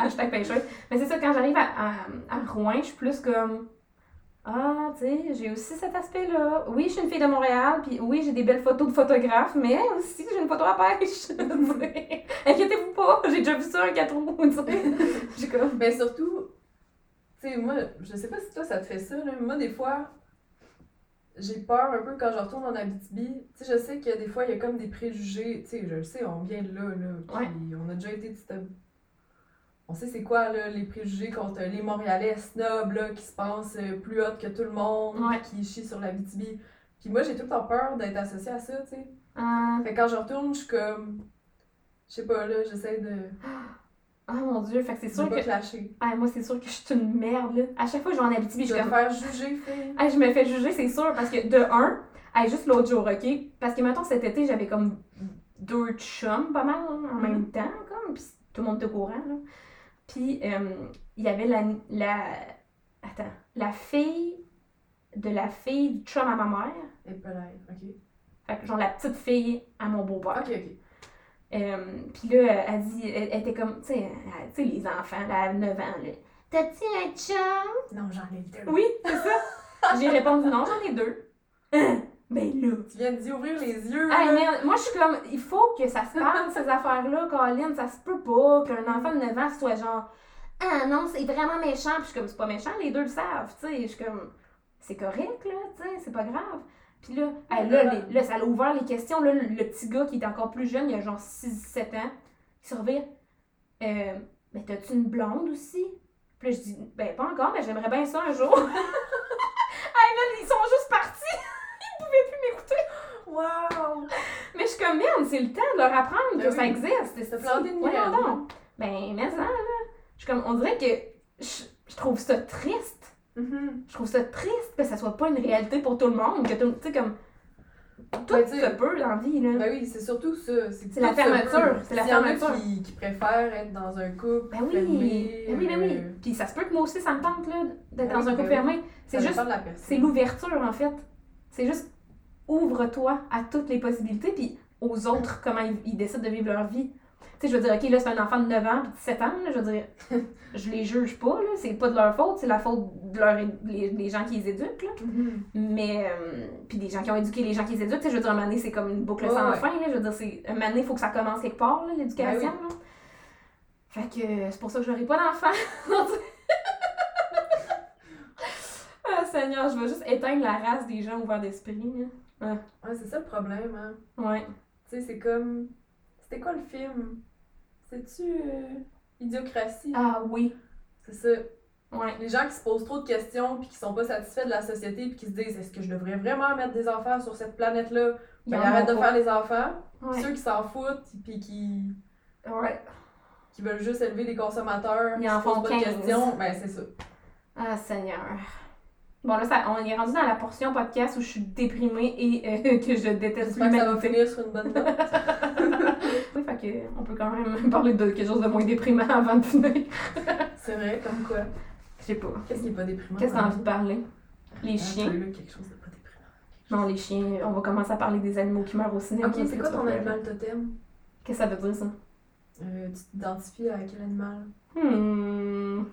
A: hashtag pêcheuse. Mais c'est ça, quand j'arrive à, à, à Rouen, je suis plus comme. Ah, tu sais, j'ai aussi cet aspect-là. Oui, je suis une fille de Montréal, puis oui, j'ai des belles photos de photographes, mais aussi, j'ai une photo à pêche. Inquiétez-vous pas, j'ai déjà vu ça, un 4 roues, tu sais. Je suis comme.
C: Mais Ben, surtout, tu sais, moi, je sais pas si toi ça te fait ça, là. Moi, des fois, j'ai peur un peu quand je retourne en Abitibi. Tu sais, je sais que des fois, il y a comme des préjugés. Tu sais, je le sais, on vient de là, là. puis On a déjà été. tu sais, On sait c'est quoi, là, les préjugés contre les Montréalais snobs, là, qui se pensent euh, plus hautes que tout le monde,
A: Ouais.
C: qui chient sur l'Abitibi. Puis moi, j'ai tout le temps peur d'être associée à ça, tu sais.
A: Ah,
C: Fait que quand je retourne, je suis comme. Je sais pas, là, j'essaie de,
A: ah, mon Dieu, fait que c'est
C: de
A: sûr
C: pas
A: que.
C: clasher.
A: Ah, moi, c'est sûr que je suis une merde, là. À chaque fois que je vais en Abitibi, je
C: Je
A: suis
C: vais me
A: comme.
C: faire juger, fille.
A: Hey, je me fais juger, c'est sûr, parce que de un, hey, juste l'autre jour, ok? Parce que mettons cet été, j'avais comme deux chums pas mal hein, en même temps, comme, pis tout le monde était au courant, là. Puis euh, il y avait la, la. Attends, la fille de la fille du chum à ma mère.
C: Et peut-être, ok.
A: Fait que, genre la petite fille à mon beau-père.
C: Ok, ok.
A: Euh, puis là, elle dit, elle, elle était comme, tu sais, elle- tu sais, les enfants, là, à 9 ans, là. T'as-tu un chum?
C: Non, j'en ai deux.
A: Oui, c'est ça. J'ai répondu non, j'en ai deux. Hein? Ben là.
C: Tu viens d'y ouvrir les yeux.
A: Hey,
C: là.
A: man, moi, je suis comme, il faut que ça se parle, ces affaires-là, Colin. Ça se peut pas qu'un enfant de 9 ans soit genre, ah non, c'est vraiment méchant. Puis je suis comme, c'est pas méchant, les deux le savent. Tu sais, je suis comme, c'est correct, là, tu sais, c'est pas grave. Puis là, hey, là, les- là, ça a ouvert les questions. Là, le, le petit gars qui est encore plus jeune, il a genre 6-7 ans, il se revire. Euh, mais t'as-tu une blonde aussi? Puis là, je dis, ben pas encore, mais j'aimerais bien ça un jour. hey, là, ils sont juste partis. Ils pouvaient plus m'écouter.
C: Wow!
A: Mais je suis comme, merde, c'est le temps de leur apprendre que
C: Ben
A: ça
C: oui.
A: existe. C'est
C: Se planter de
A: Voyons
C: nouvelles.
A: donc. Ben, mais ça, là. Je suis comme, on dirait que je, je trouve ça triste.
C: Mhm.
A: Je trouve ça triste que ça soit pas une réalité pour tout le monde. Que tout, tu sais, comme, tout
C: Ben, tu sais-
A: se peut dans la vie, là.
C: Ben oui, c'est surtout ça. que
A: C'est la
C: tout se
A: fermeture,
C: peut.
A: c'est la
C: S'il y en a
A: fermeture.
C: Qui, qui préfèrent être dans un couple.
A: Ben oui,
C: fermé,
A: ben oui, ben oui.
C: euh,
A: Puis ça se peut que moi aussi, ça me tente, là, d'être
C: Ben
A: dans
C: oui,
A: un
C: ben
A: couple
C: oui.
A: fermé. C'est
C: ça
A: juste,
C: dépend de la personne.
A: c'est l'ouverture, en fait. C'est juste, ouvre-toi à toutes les possibilités, puis aux autres, comment ils, ils décident de vivre leur vie. Tu sais, je veux dire, OK, là, c'est un enfant de 9 ans, puis de 7 ans, là, je veux dire, je les juge pas, là, c'est pas de leur faute, c'est la faute de leur, les, les gens qui les éduquent, là.
C: Mhm.
A: Mais, euh, puis des gens qui ont éduqué les gens qui les éduquent, tu sais, je veux dire, un moment donné, c'est comme une boucle
C: Ouais,
A: sans
C: ouais.
A: fin, là, je veux dire, c'est, un moment donné, il faut que ça commence quelque part, là, l'éducation,
C: Ben
A: là. Fait que euh, c'est pour ça que j'aurai pas d'enfant. Non, tu- ah, Seigneur, je vais juste éteindre la race des gens ouverts d'esprit, là.
C: Ouais, c'est ça le problème, hein.
A: Ouais.
C: Tu sais, c'est comme. C'était quoi le film? C'est-tu. euh, Idiocratie?
A: Ah oui.
C: C'est ça.
A: Ouais.
C: Les gens qui se posent trop de questions puis qui sont pas satisfaits de la société puis qui se disent est-ce que je devrais vraiment mettre des enfants sur cette planète-là?
A: y
C: Ben,
A: en
C: ils arrêtent
A: a
C: de
A: pas.
C: faire des enfants.
A: Ouais.
C: Ceux qui s'en foutent puis qui.
A: Ouais.
C: qui veulent juste élever les consommateurs,
A: Ils
C: qui
A: en
C: se posent
A: font
C: pas
A: 15.
C: de questions, ben c'est ça.
A: Ah, Seigneur. Bon, là, ça, on est rendu dans la portion podcast où je suis déprimée et euh, que je déteste
C: J'espère que ça
A: l'humanité.
C: va finir sur une bonne note.
A: Oui, fait que, on peut quand même parler de quelque chose de moins déprimant avant de finir.
C: c'est vrai, comme quoi.
A: Je sais pas.
C: Qu'est-ce qui est pas déprimant?
A: Qu'est-ce que t'as envie de parler? Les
C: Attends,
A: chiens.
C: là, quelque chose de pas déprimant.
A: Non, les chiens, on va commencer à parler des animaux qui meurent au cinéma.
C: Ok, c'est quoi ton
A: Qu'est-ce
C: animal totem?
A: que ça veut dire, ça?
C: Euh, tu t'identifies à quel animal?
A: Hmm.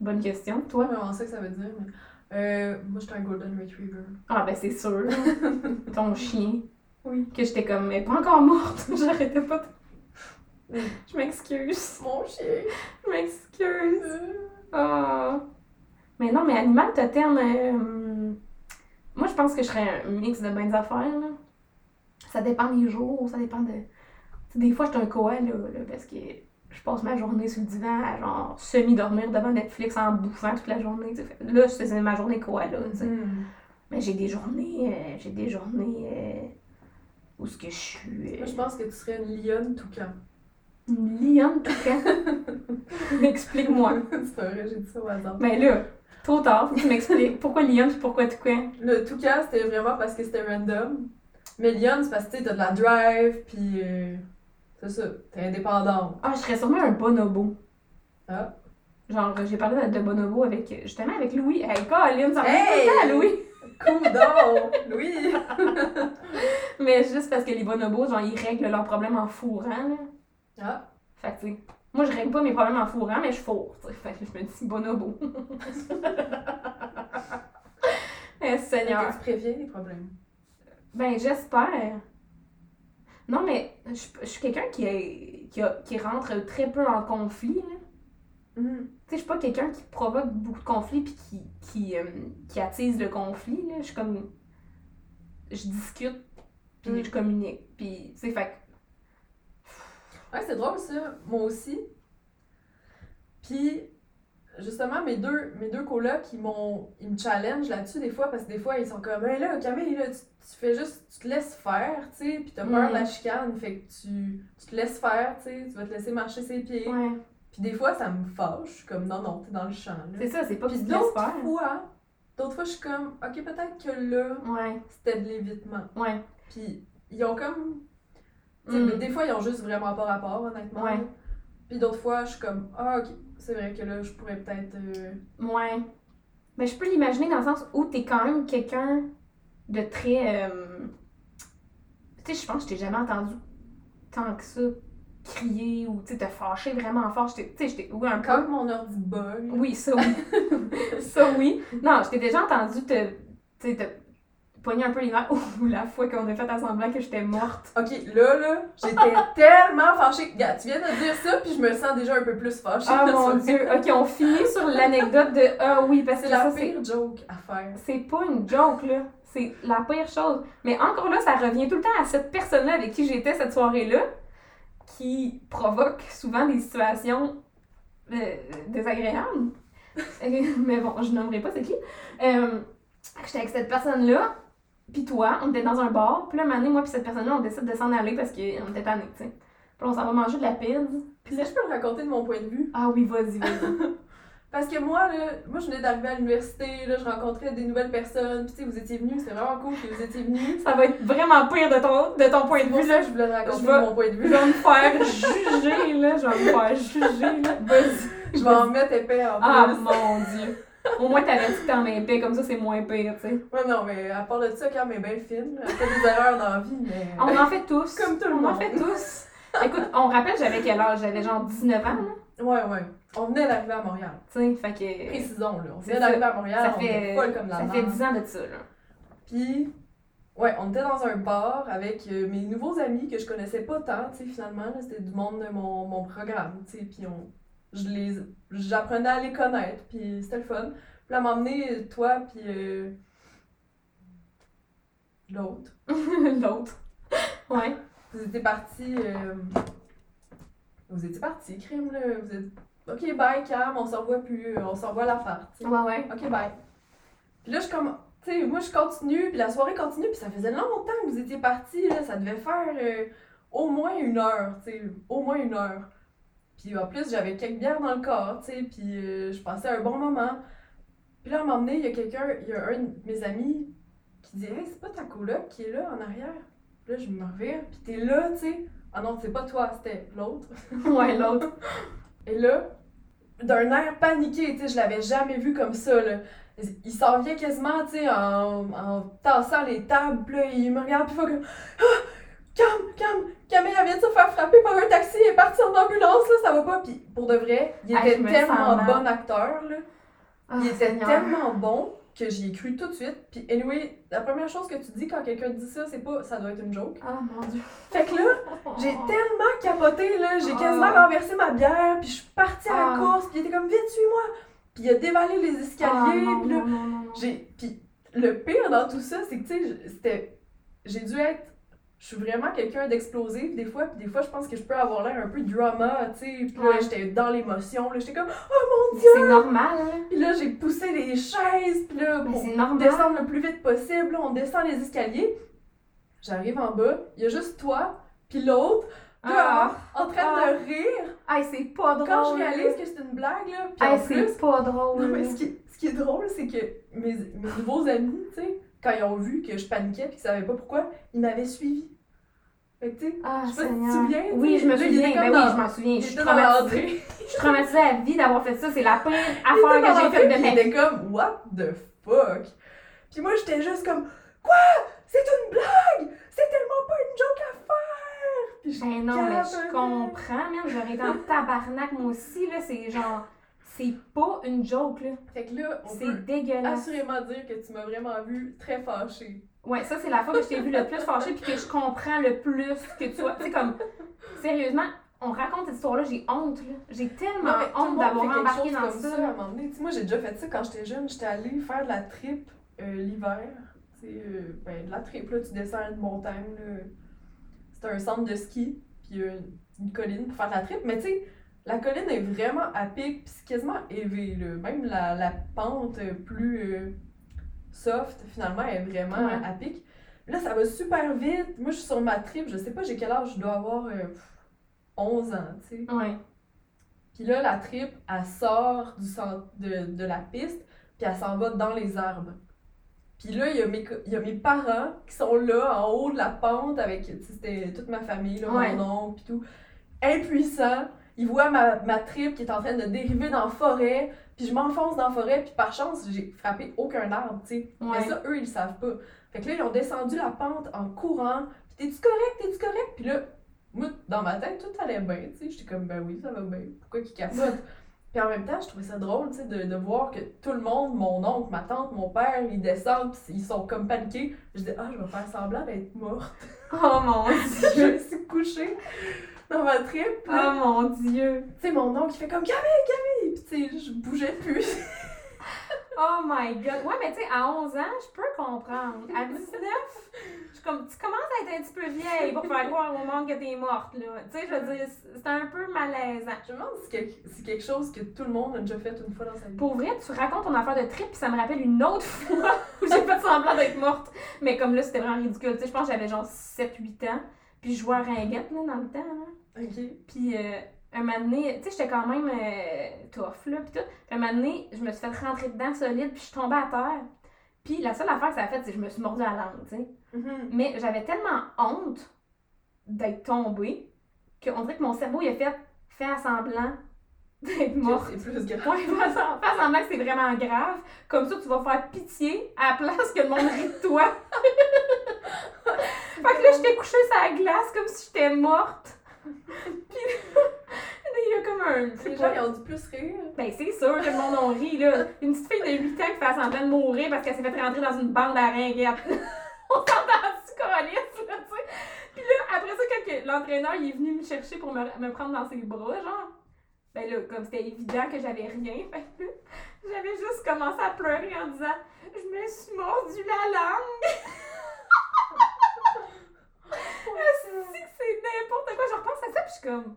A: Bonne question,
C: Pas
A: toi?
C: vraiment ça que ça veut dire, mais. Euh, moi, j'étais un Golden Retriever.
A: Ah, ben, c'est sûr. ton chien.
C: Oui.
A: Que j'étais comme, mais pas encore morte. J'arrêtais pas de... Je m'excuse.
C: Mon chien!
A: Je m'excuse.
C: Euh,
A: Ah. Mais non, mais animal totem, euh, moi je pense que je serais un mix de bonnes affaires. là. Ça dépend des jours, ça dépend de. Tu sais, des fois, je suis un koala, là, parce que je passe ma journée sur le divan à genre semi-dormir devant Netflix en bouffant toute la journée. tu sais. Fait- Là, c'est ma journée koala. tu sais.
C: hmm.
A: Mais j'ai des journées, euh, j'ai des journées euh, où ce que je suis. euh,
C: Moi, je pense que tu serais une lionne toucan.
A: une lionne tout cas. Explique-moi.
C: c'est pas vrai, j'ai dit ça au hasard.
A: Ben là, trop tard, faut que tu m'expliques pourquoi Lyon puis pourquoi tout quoi.
C: Le toucan, c'était vraiment parce que c'était random. Mais Lyon, c'est parce que tu sais, t'as de la drive, puis euh, c'est ça, t'es indépendant.
A: Ah, je serais sûrement un bonobo.
C: Ah.
A: Genre, euh, j'ai parlé de, de bonobo avec, euh, justement avec Louis. Hey, Colin, ça revient
C: Hey!
A: tout le temps à Louis.
C: Coudon! oui!
A: Mais juste parce que les bonobos, genre, ils règlent leurs problèmes en fourrant, là.
C: Ah,
A: Fait que, tu sais, moi, je règle pas mes problèmes en fourrant, mais je fourre, tu sais. Fait que je me dis bonobo. Eh,
C: fait que
A: Seigneur.
C: tu préviens les problèmes.
A: Ben, j'espère. Non, mais je, je suis quelqu'un qui, est- qui, a- qui rentre très peu en conflit, là. Tu sais, je suis pas quelqu'un qui provoque beaucoup de conflits puis qui, qui, euh, qui attise le conflit, là. Je suis comme... Je discute, puis
C: Mm.
A: je communique, puis... Tu sais, fait que-
C: Ouais, c'est drôle ça, moi aussi. Puis, justement, mes deux, mes deux colocs, ils, m'ont- ils me challenge là-dessus des fois, parce que des fois, ils sont comme, hey là, Camille, là, tu, tu fais juste, tu te laisses faire, tu sais, puis t'as peur de
A: Mm-hmm.
C: la chicane, fait que tu, tu te laisses faire, tu sais, tu vas te laisser marcher ses pieds.
A: Ouais.
C: Puis des fois, ça me fâche. Je suis comme, non, non, t'es dans le champ. Là.
A: C'est ça, c'est pas
C: Puis
A: plus
C: d'autres
A: faire.
C: fois, d'autres fois, je suis comme, ok, peut-être que là,
A: Ouais,
C: c'était de l'évitement.
A: ouais.
C: Puis ils ont comme. tu sais,
A: Mm.
C: mais des fois, ils ont juste vraiment pas rapport, honnêtement.
A: Ouais.
C: Puis d'autres fois, je suis comme, ah, ok, c'est vrai que là, je pourrais peut-être. euh,
A: Ouais. Mais je peux l'imaginer dans le sens où t'es quand même quelqu'un de très. euh, Tu sais, je pense que je t'ai jamais entendu tant que ça crier ou tu sais, te fâcher vraiment fort. Je t'ai- Tu sais, je t'ai- Oui, un peu.
C: Quand mon ordi bug.
A: Oui, ça oui. ça oui. Non, je t'ai déjà entendu te, tu sais, te pogner un peu les nerfs ou la fois qu'on a fait à semblant que j'étais morte.
C: Ok, là, là, j'étais tellement fâchée. Regarde, tu viens de dire ça, puis je me sens déjà un peu plus fâchée.
A: Ah mon dieu. Ok, on finit sur l'anecdote de Ah oui, parce que
C: C'est la
A: ça, c'est
C: pire joke à faire.
A: c'est pas une joke, là. C'est la pire chose. Mais encore là, ça revient tout le temps à cette personne-là avec qui j'étais cette soirée-là, qui provoque souvent des situations euh, désagréables. Euh, Mais bon, je nommerai pas c'est qui. Euh, j'étais avec cette personne-là, puis toi, on était dans un bar, puis là, un moment donné, moi puis cette personne-là, on décide de s'en aller parce qu'on était tannés, tu sais. Puis on s'en va manger de la pizza.
C: Puis là, je peux le raconter de mon point de vue.
A: Ah oui, vas-y, vas-y.
C: Parce que moi, là, moi, je venais d'arriver à l'université, là, je rencontrais des nouvelles personnes, puis tu sais, vous étiez venus, c'était vraiment cool que vous étiez venus.
A: Ça va être vraiment pire de ton, de ton point
C: C'est
A: de
C: pour
A: vue,
C: ça
A: là.
C: que je voulais te raconter
A: Je vais-
C: mon point de
A: Je
C: vue.
A: vais me faire juger, là. Je vais me faire juger, là. Vas-y.
C: Je vais en mettre épais en plus.
A: Ah, mon Dieu. Au moins, t'avais dit que t'en épais, comme ça, c'est moins pire, tu sais.
C: Ouais, non, mais à part de ça, quand même bien fine, elle fait des erreurs dans la vie, mais.
A: On en fait tous.
C: Comme tout le
A: On en
C: monde.
A: fait tous. Écoute, on rappelle, j'avais quel âge? J'avais genre 19 ans, là.
C: Ouais, ouais. On venait d'arriver à Montréal.
A: Tu sais, fait que...
C: Précisons, là. On
A: C'est
C: venait d'arriver à Montréal,
A: Ça
C: on
A: fait,
C: était folle comme la
A: ça
C: merde.
A: fait 10 ans de ça, là.
C: Puis, ouais, on était dans un bar avec euh, mes nouveaux amis que je connaissais pas tant, tu sais, finalement, là, c'était du monde de mon, mon programme, tu sais, puis on... Je les... J'apprenais à les connaître, puis c'était le fun. Puis là, m'emmener, toi, puis... euh, L'autre.
A: L'autre. Ouais.
C: Vous étiez partis... euh, Vous étiez partis, crime, là. Vous êtes... Ok, bye, Cam, on s'en voit plus, on s'en voit à l'appart, tu sais.
A: Ouais, ouais.
C: Ok, bye. Puis là, je comme. Tu sais, moi, je continue, puis la soirée continue, puis ça faisait longtemps que vous étiez partis, là. Ça devait faire euh, au moins une heure, tu sais, au moins une heure. Puis en plus, j'avais quelques bières dans le corps, tu sais, puis euh, je passais un bon moment. Puis là, à un moment donné, il y a quelqu'un, il y a un de mes amis qui dit Hey, c'est pas ta coloc qui est là en arrière. Puis là, je me revire, puis t'es là, tu sais. Ah non, c'est pas toi, c'était l'autre.
A: Ouais, l'autre.
C: Et là, d'un air paniqué, tu sais, je l'avais jamais vu comme ça, là. Il s'en vient quasiment, tu sais, en, en tassant les tables, puis là, il me regarde, puis il fait comme Ah! Cam, Cam, Camille, elle vient de se faire frapper par un taxi, elle est partie en ambulance, là, ça va pas. Puis pour de vrai, il
A: Ah,
C: était
A: je me
C: tellement
A: sens mal.
C: bon acteur, là.
A: Ah,
C: Il était
A: Seigneur.
C: tellement bon que j'y ai cru tout de suite. Puis anyway, la première chose que tu dis quand quelqu'un te dit ça, c'est pas ça doit être une joke.
A: Ah, mon Dieu.
C: Fait que là, j'ai tellement capoté, là. J'ai
A: Ah.
C: quasiment renversé ma bière, puis je suis partie à
A: Ah.
C: la course, puis il était comme vite, suis-moi. Puis il a dévalé les
A: Ah,
C: escaliers,
A: non,
C: puis là,
A: non, non, non, non.
C: j'ai. Puis le pire dans tout ça, c'est que, tu sais, je- c'était. J'ai dû être. Je suis vraiment quelqu'un d'explosif des fois, puis des fois, je pense que je peux avoir l'air un peu drama, tu sais. Puis là,
A: Ouais.
C: j'étais dans l'émotion, là. J'étais comme. oh
A: C'est normal, là.
C: Puis là, j'ai poussé les chaises, puis là,
A: Mais
C: pour
A: c'est
C: on
A: normal.
C: descend le plus vite possible, là, on descend les escaliers. J'arrive en bas, il y a juste toi, puis l'autre,
A: Ah.
C: dehors, en train
A: Ah.
C: de rire.
A: Hey, c'est pas drôle.
C: Quand je réalise que c'est une blague, là, puis
A: Hey,
C: en plus...
A: c'est pas drôle.
C: Non, mais ce qui, ce qui est drôle, c'est que mes, mes nouveaux amis, tu sais, quand ils ont vu que je paniquais puis qu'ils savaient pas pourquoi, ils m'avaient suivi. Fait que, tu sais,
A: Ah,
C: Je sais pas si tu te
A: Seigneur.
C: souviens, tu
A: Oui,
C: sais,
A: je me
C: là, il était
A: souviens. Ben
C: comme
A: oui,
C: dans-
A: je m'en souviens.
C: ils
A: Je suis
C: étaient dans la
A: traumatisée.
C: rentrée.
A: Je suis traumatisée à vie d'avoir fait ça. C'est la pire
C: Ils étaient dans
A: affaire
C: la
A: que j'ai faite
C: rue,
A: de ma
C: puis
A: vie.
C: j'étais comme, what the fuck? Puis moi, j'étais juste comme, quoi? C'est une blague! C'est tellement pas une joke à faire! Puis je
A: Ben non, mais je
C: capotais.
A: comprends, man. J'aurais été en tabarnak, moi aussi, là. C'est genre. C'est pas une joke, là.
C: Fait que là, on
A: C'est
C: peut
A: dégueulasse.
C: assurément dire que tu m'as vraiment vu très fâchée.
A: Ouais, ça, c'est la fois que je t'ai vu le plus fâchée puis que je comprends le plus que tu vois. Tu sais, comme. Sérieusement, on raconte cette histoire-là, j'ai honte, là. J'ai tellement
C: Non, mais tout le
A: honte
C: monde
A: d'avoir
C: fait quelque
A: embarqué
C: chose
A: dans
C: comme
A: ça.
C: à un moment donné. Tu sais, moi, j'ai déjà fait ça quand j'étais jeune. J'étais allée faire de la trip l'hiver. Tu sais, euh, ben, de la trip, là, tu descends une montagne. là. C'est un centre de ski, puis euh, une colline pour faire de la trip. Mais tu sais, la colline est vraiment à pic, puis c'est quasiment élevé. là. Même la, la pente euh, plus euh, soft, finalement, est vraiment
A: Ouais.
C: à pic. Là, ça va super vite. Moi, je suis sur ma trip. Je sais pas, j'ai quel âge. Je dois avoir euh, 11 ans, tu sais.
A: Ouais.
C: Puis là, la tripe, elle sort du centre de, de la piste, puis elle s'en va dans les arbres. Puis là, il y, a mes, co- il y a mes parents qui sont là, en haut de la pente, avec tu sais, c'était toute ma famille, là,
A: Ouais.
C: mon oncle, puis tout, impuissants. il voit ma, ma trip qui est en train de dériver dans la forêt, puis je m'enfonce dans la forêt, puis par chance, j'ai frappé aucun arbre, tu sais.
A: Ouais.
C: Mais ça, eux, ils le savent pas. Fait que là, ils ont descendu la pente en courant, puis t'es-tu correct, t'es-tu correct? Puis là, moi, dans ma tête, tout allait bien, tu sais. J'étais comme, ben oui, ça va bien, pourquoi qu'ils capotent? puis en même temps, je trouvais ça drôle, tu sais, de, de voir que tout le monde, mon oncle, ma tante, mon père, ils descendent, puis ils sont comme paniqués. Je dis, ah, je vais faire semblant d'être morte.
A: Oh mon
C: je
A: dieu!
C: me suis couchée dans ma trip, puis là,
A: Oh mon dieu!
C: tu sais, mon oncle, il fait comme Camille, Camille! Puis, tu sais, je bougeais plus.
A: Oh my god! Ouais, mais tu sais, à 11 ans, je peux comprendre. À 19, je suis comme, tu commences à être un petit peu vieille pour faire croire au monde que t'es morte, là. Tu sais, je veux dire, c'est un peu malaisant.
C: Je me demande si c'est quelque- si quelque chose que tout le monde a déjà fait une fois dans sa vie.
A: Pour vrai, tu racontes ton affaire de trip, puis ça me rappelle une autre fois où j'ai fait semblant d'être morte. Mais comme là, c'était vraiment ridicule. Tu sais, je pense que j'avais genre 7-8 ans, puis je jouais à ringuette, là, dans le temps, là.
C: Ok.
A: Puis euh, un moment donné, tu sais, j'étais quand même euh, tough, là, puis tout. Puis un moment donné, je me suis fait rentrer dedans solide, puis je suis tombée à terre. Puis la seule affaire que ça a fait, c'est que je me suis mordue la langue, tu sais.
C: Mhm.
A: Mais j'avais tellement honte d'être tombée qu'on dirait que mon cerveau, il a fait « Fais semblant d'être
C: Que
A: morte ».
C: C'est plus grave.
A: Ouais, fais sem- fais semblant que c'est vraiment grave. Comme ça, tu vas faire pitié à la place que le monde rit de toi. Fait que là, j'étais couchée sur la glace comme si j'étais morte. Puis là, il y a comme un.
C: Les gens, ils ont dû plus rire.
A: Ben, c'est sûr que le monde en rit, là. Une petite fille de 8 ans qui fait semblant de mourir parce qu'elle s'est fait rentrer dans une bande à ringuettes. On s'entend-tu, calice, là, tu sais? Puis là, après ça, quand que l'entraîneur il est venu me chercher pour me, me prendre dans ses bras, genre, ben là, comme c'était évident que j'avais rien, fait que là, j'avais juste commencé à pleurer en disant « Je me suis mordu la langue! » Ah, C'est que c'est n'importe quoi. Je repense à ça, puis je suis comme.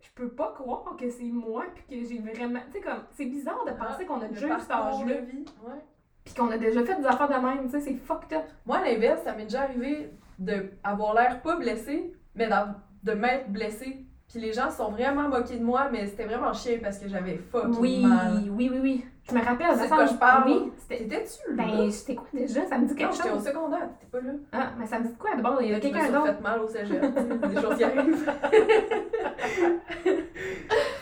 A: Je peux pas croire que c'est moi, puis que j'ai vraiment. Tu sais, comme. C'est bizarre de penser qu'on a
C: Le
A: déjà eu cet
C: parcours
A: âge-là,
C: de vie. Ouais.
A: puis qu'on a déjà fait des affaires de même, tu sais, c'est fucked up.
C: Moi, à l'inverse, ça m'est déjà arrivé d'avoir l'air pas blessé, mais d'av- de m'être blessé. Puis les gens se sont vraiment moqués de moi, mais c'était vraiment chier parce que j'avais fucking
A: Oui,
C: mal.
A: oui, oui, oui. Je me rappelle,
C: Tu sais
A: ça
C: de quoi
A: semble-
C: je parle?
A: Oui, c'était.
C: T'étais-tu là?
A: Ben, c'était quoi déjà? Ça me dit
C: non,
A: quelque
C: j'étais au
A: chose.
C: secondaire, t'étais pas là.
A: Ah, mais ça me dit de quoi? De Bon, il y a
C: Peut-être que
A: quelqu'un
C: je me suis
A: d'autre.
C: fait mal au cégep, tu sais, des choses qui arrivent.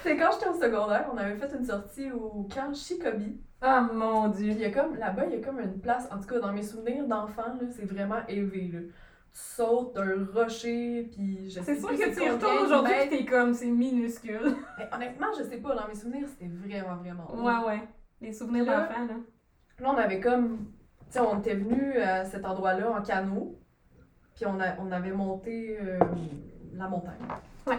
C: C'est quand j'étais au secondaire, on avait fait une sortie au camp Chicobi.
A: Oh mon
C: Puis
A: dieu.
C: il y a comme, là-bas, il y a comme une place, en tout cas dans mes souvenirs d'enfant, là, c'est vraiment élevé. là. Tu sautes d'un rocher, puis je sais
A: C'est sûr
C: plus
A: que tu y
C: combien
A: retournes
C: de
A: aujourd'hui,
C: mètres.
A: puis t'es comme, c'est minuscule.
C: Mais honnêtement, je sais pas, dans mes souvenirs, c'était vraiment, vraiment haut.
A: Ouais, ouais. Les souvenirs
C: Là,
A: d'enfant, là.
C: Là, on avait comme. Tu sais, on était venu à cet endroit-là en canot, puis on, a- on avait monté euh, la montagne.
A: Ouais.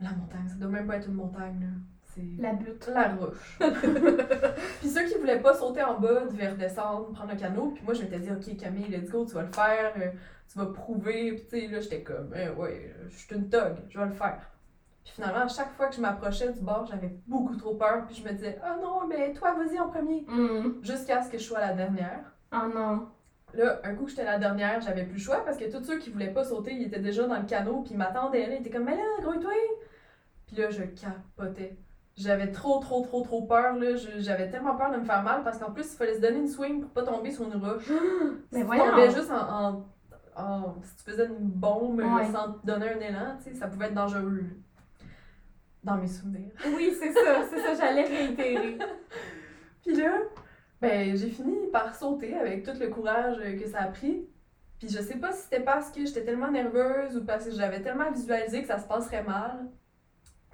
C: La montagne, ça doit même pas être une montagne, là. C'est
A: La butte.
C: la roche. puis ceux qui voulaient pas sauter en bas, devaient redescendre, prendre le canot, puis moi, je m'étais dit, OK, Camille, let's go, tu vas le faire, euh, tu vas prouver, puis tu sais, là, j'étais comme, Eh ouais, euh, je suis une togue, je vais le faire. Puis finalement, à chaque fois que je m'approchais du bord, j'avais beaucoup trop peur, puis je me disais, ah non, mais toi, vas-y en premier
A: Hum.
C: jusqu'à ce que je sois la dernière.
A: Oh non.
C: Là, un coup que j'étais la dernière, j'avais plus le choix parce que tous ceux qui voulaient pas sauter, ils étaient déjà dans le canot, puis ils m'attendaient là, ils étaient comme « Mais là, grouille-toi! » Puis là, je capotais. J'avais trop, trop, trop, trop peur, là. Je- J'avais tellement peur de me faire mal parce qu'en plus, il fallait se donner une swing pour pas tomber sur une roche.
A: Mais
C: si tu
A: voyons.
C: tombais juste en, en- en- Si tu faisais une bombe euh,
A: Ouais.
C: sans te donner un élan, tu sais, ça pouvait être dangereux. Dans mes souvenirs.
A: Oui, c'est ça, c'est ça, j'allais réitérer.
C: Puis là, ben, j'ai fini par sauter avec tout le courage euh, que ça a pris. Puis je sais pas si c'était parce que j'étais tellement nerveuse ou parce que j'avais tellement visualisé que ça se passerait mal.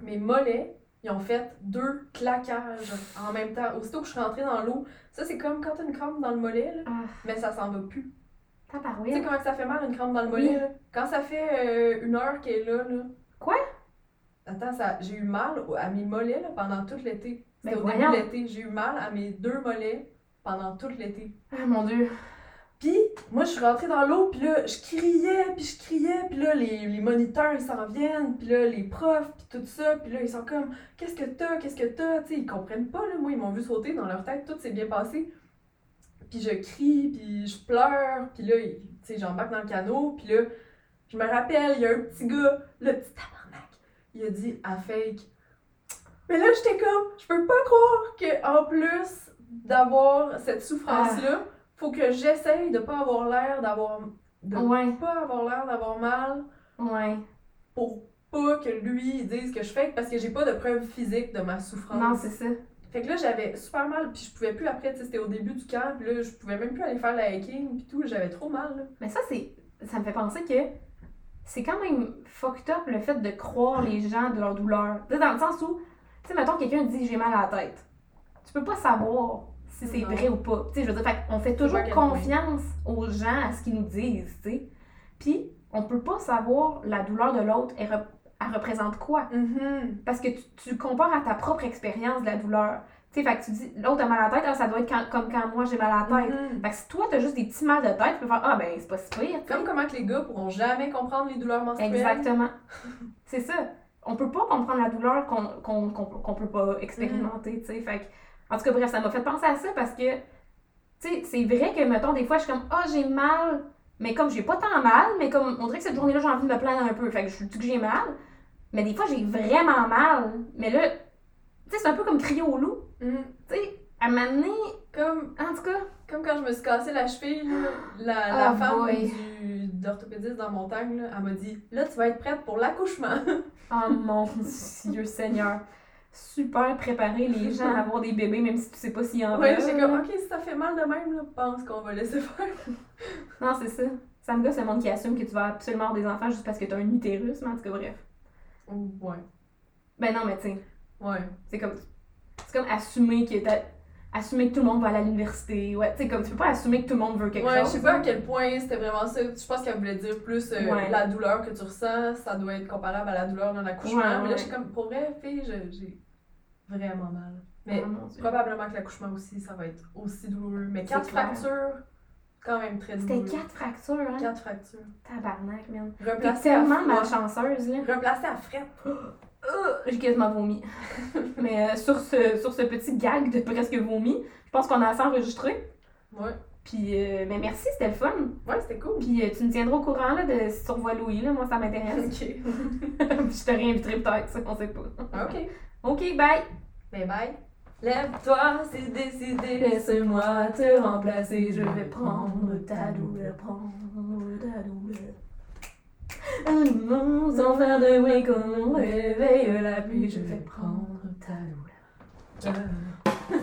C: Mes mollets, ils ont fait deux claquages en même temps. Aussitôt que je suis rentrée dans l'eau, ça c'est comme quand t'as une crampe dans le mollet, là,
A: Ah.
C: mais ça s'en va plus. Tu sais
A: Tabarouette.
C: comment que ça fait mal une crampe dans le
A: Oui.
C: mollet? là? Quand ça fait euh, une heure qu'elle est là, là.
A: Quoi?
C: Attends, ça, j'ai eu mal au- à mes mollets là, pendant tout l'été. C'était
A: Ben
C: au début
A: voyons.
C: de l'été. J'ai eu mal à mes deux mollets pendant tout l'été.
A: Ah mon dieu.
C: Puis, moi, je suis rentrée dans l'eau, puis là, je criais, puis je criais, puis là, les, les moniteurs, ils s'en viennent, puis là, les profs, puis tout ça, puis là, ils sont comme, qu'est-ce que t'as, qu'est-ce que t'as, tu sais, ils comprennent pas, là, moi, ils m'ont vu sauter dans leur tête, tout s'est bien passé. Puis je crie, puis je pleure, puis là, ils- tu sais, j'embarque dans le canot, puis là, je me rappelle, il y a un petit gars, le petit tabarnak, il a dit à fake. Mais là, j'étais comme, je peux pas croire qu'en plus d'avoir cette souffrance-là, faut que j'essaye de pas avoir l'air d'avoir. de
A: Ouais,
C: pas avoir l'air d'avoir mal
A: ouais.
C: pour pas que lui il dise que je fake parce que j'ai pas de preuve physique de ma souffrance.
A: Non, c'est ça.
C: Fait que là, j'avais super mal, puis je pouvais plus après, tu sais, c'était au début du camp, puis là, je pouvais même plus aller faire la hiking, puis tout, j'avais trop mal, là.
A: Mais ça, c'est. Ça me fait penser que c'est quand même fucked up le fait de croire les gens de leur douleur. Tu sais, dans le sens où, tu sais, mettons, quelqu'un dit j'ai mal à la tête. Tu peux pas savoir si c'est
C: Non.
A: vrai ou pas. Tu sais, je veux dire, fait qu'on fait toujours
C: Work and
A: confiance aux gens, à ce qu'ils nous disent, tu sais. Puis, on peut pas savoir la douleur de l'autre, elle, rep- elle représente quoi. Parce que tu, tu compares à ta propre expérience de la douleur. Tu sais, fait que tu dis, l'autre a mal à la tête, ah, ça doit être quand- comme quand moi j'ai mal à la tête.
C: Mhm.
A: Fait que si toi, t'as juste des petits mal de tête, tu peux faire Ah, ben, c'est pas si pire. tu sais.
C: Comme comment que les gars pourront jamais comprendre les douleurs menstruelles.
A: Exactement. c'est ça. On peut pas comprendre la douleur qu'on qu'on qu'on peut- qu'on peut pas expérimenter, tu sais. Fait que, en tout cas, bref, ça m'a fait penser à ça parce que, tu sais, c'est vrai que, mettons, des fois, je suis comme Ah, j'ai mal, mais comme j'ai pas tant mal, mais comme on dirait que cette journée-là, j'ai envie de me plaindre un peu. Fait que je dis que j'ai mal, mais des fois, j'ai vraiment mal. Mais là, tu sais, c'est un peu comme crier au loup.
C: Mhm.
A: Tu sais, à m'amener,
C: Comme,
A: en tout cas,
C: comme quand je me suis cassé la cheville, là, la, la
A: Ah,
C: femme
A: boy.
C: du- d'orthopédiste dans mon tag, là, elle m'a dit « Là, tu vas être prête pour l'accouchement!
A: Oh mon Dieu Seigneur. Super préparer les gens à avoir des bébés, même si tu sais pas s'il y » en
C: Ouais,
A: a.
C: j'ai
A: là.
C: comme « Ok, si ça fait mal de même, là, pense qu'on va laisser faire.
A: Non, c'est ça. Ça me gosse le monde qui assume que tu vas absolument avoir des enfants juste parce que t'as un utérus, mais en tout cas, bref. »
C: Ouais,
A: Ben non, mais tu sais,
C: ouais.
A: c'est comme. C'est comme assumer que t'as- Assumer que tout le monde va aller à l'université. Ouais, tu sais, comme tu peux pas assumer que tout le monde veut quelque
C: ouais, je
A: chose. hein.
C: sais pas à quel point c'était vraiment ça. Je pense qu'elle voulait dire plus euh,
A: Ouais.
C: la douleur que tu ressens, ça doit être comparable à la douleur d'un accouchement.
A: Ouais,
C: Mais
A: ouais.
C: là, je suis comme, pour vrai, fille, je- j'ai vraiment mal. Mais
A: Oh, mon Dieu.
C: probablement que l'accouchement aussi, ça va être aussi douloureux. Mais
A: C'est
C: quatre
A: clair.
C: fractures, quand même très
A: C'était
C: douloureux.
A: quatre fractures, hein?
C: Quatre fractures.
A: Tabarnak, man. T'es
C: Replacé à
A: tellement
C: froid.
A: malchanceuse, là.
C: Replacé à fret.
A: Euh, J'ai quasiment vomi. Mais euh, sur, ce, sur ce petit gag de presque vomi, je pense qu'on a assez enregistré.
C: Ouais,
A: Puis, euh, ben merci, c'était le fun.
C: ouais c'était cool.
A: Puis, euh, tu me tiendras au courant là, de si tu revois Louis, là, moi ça m'intéresse.
C: Ok. Ah,
A: Puis, je te réinviterai peut-être, ça, on sait pas.
C: ok.
A: Ok, bye!
C: Bye bye. Lève-toi, c'est décidé.
A: Laisse-moi te remplacer,
C: je vais prendre ta douleur,
A: prendre ta douleur. Allons, sans faire de bruit, comme on réveille la
C: pluie, je vais prendre
A: ta douleur.
C: Euh.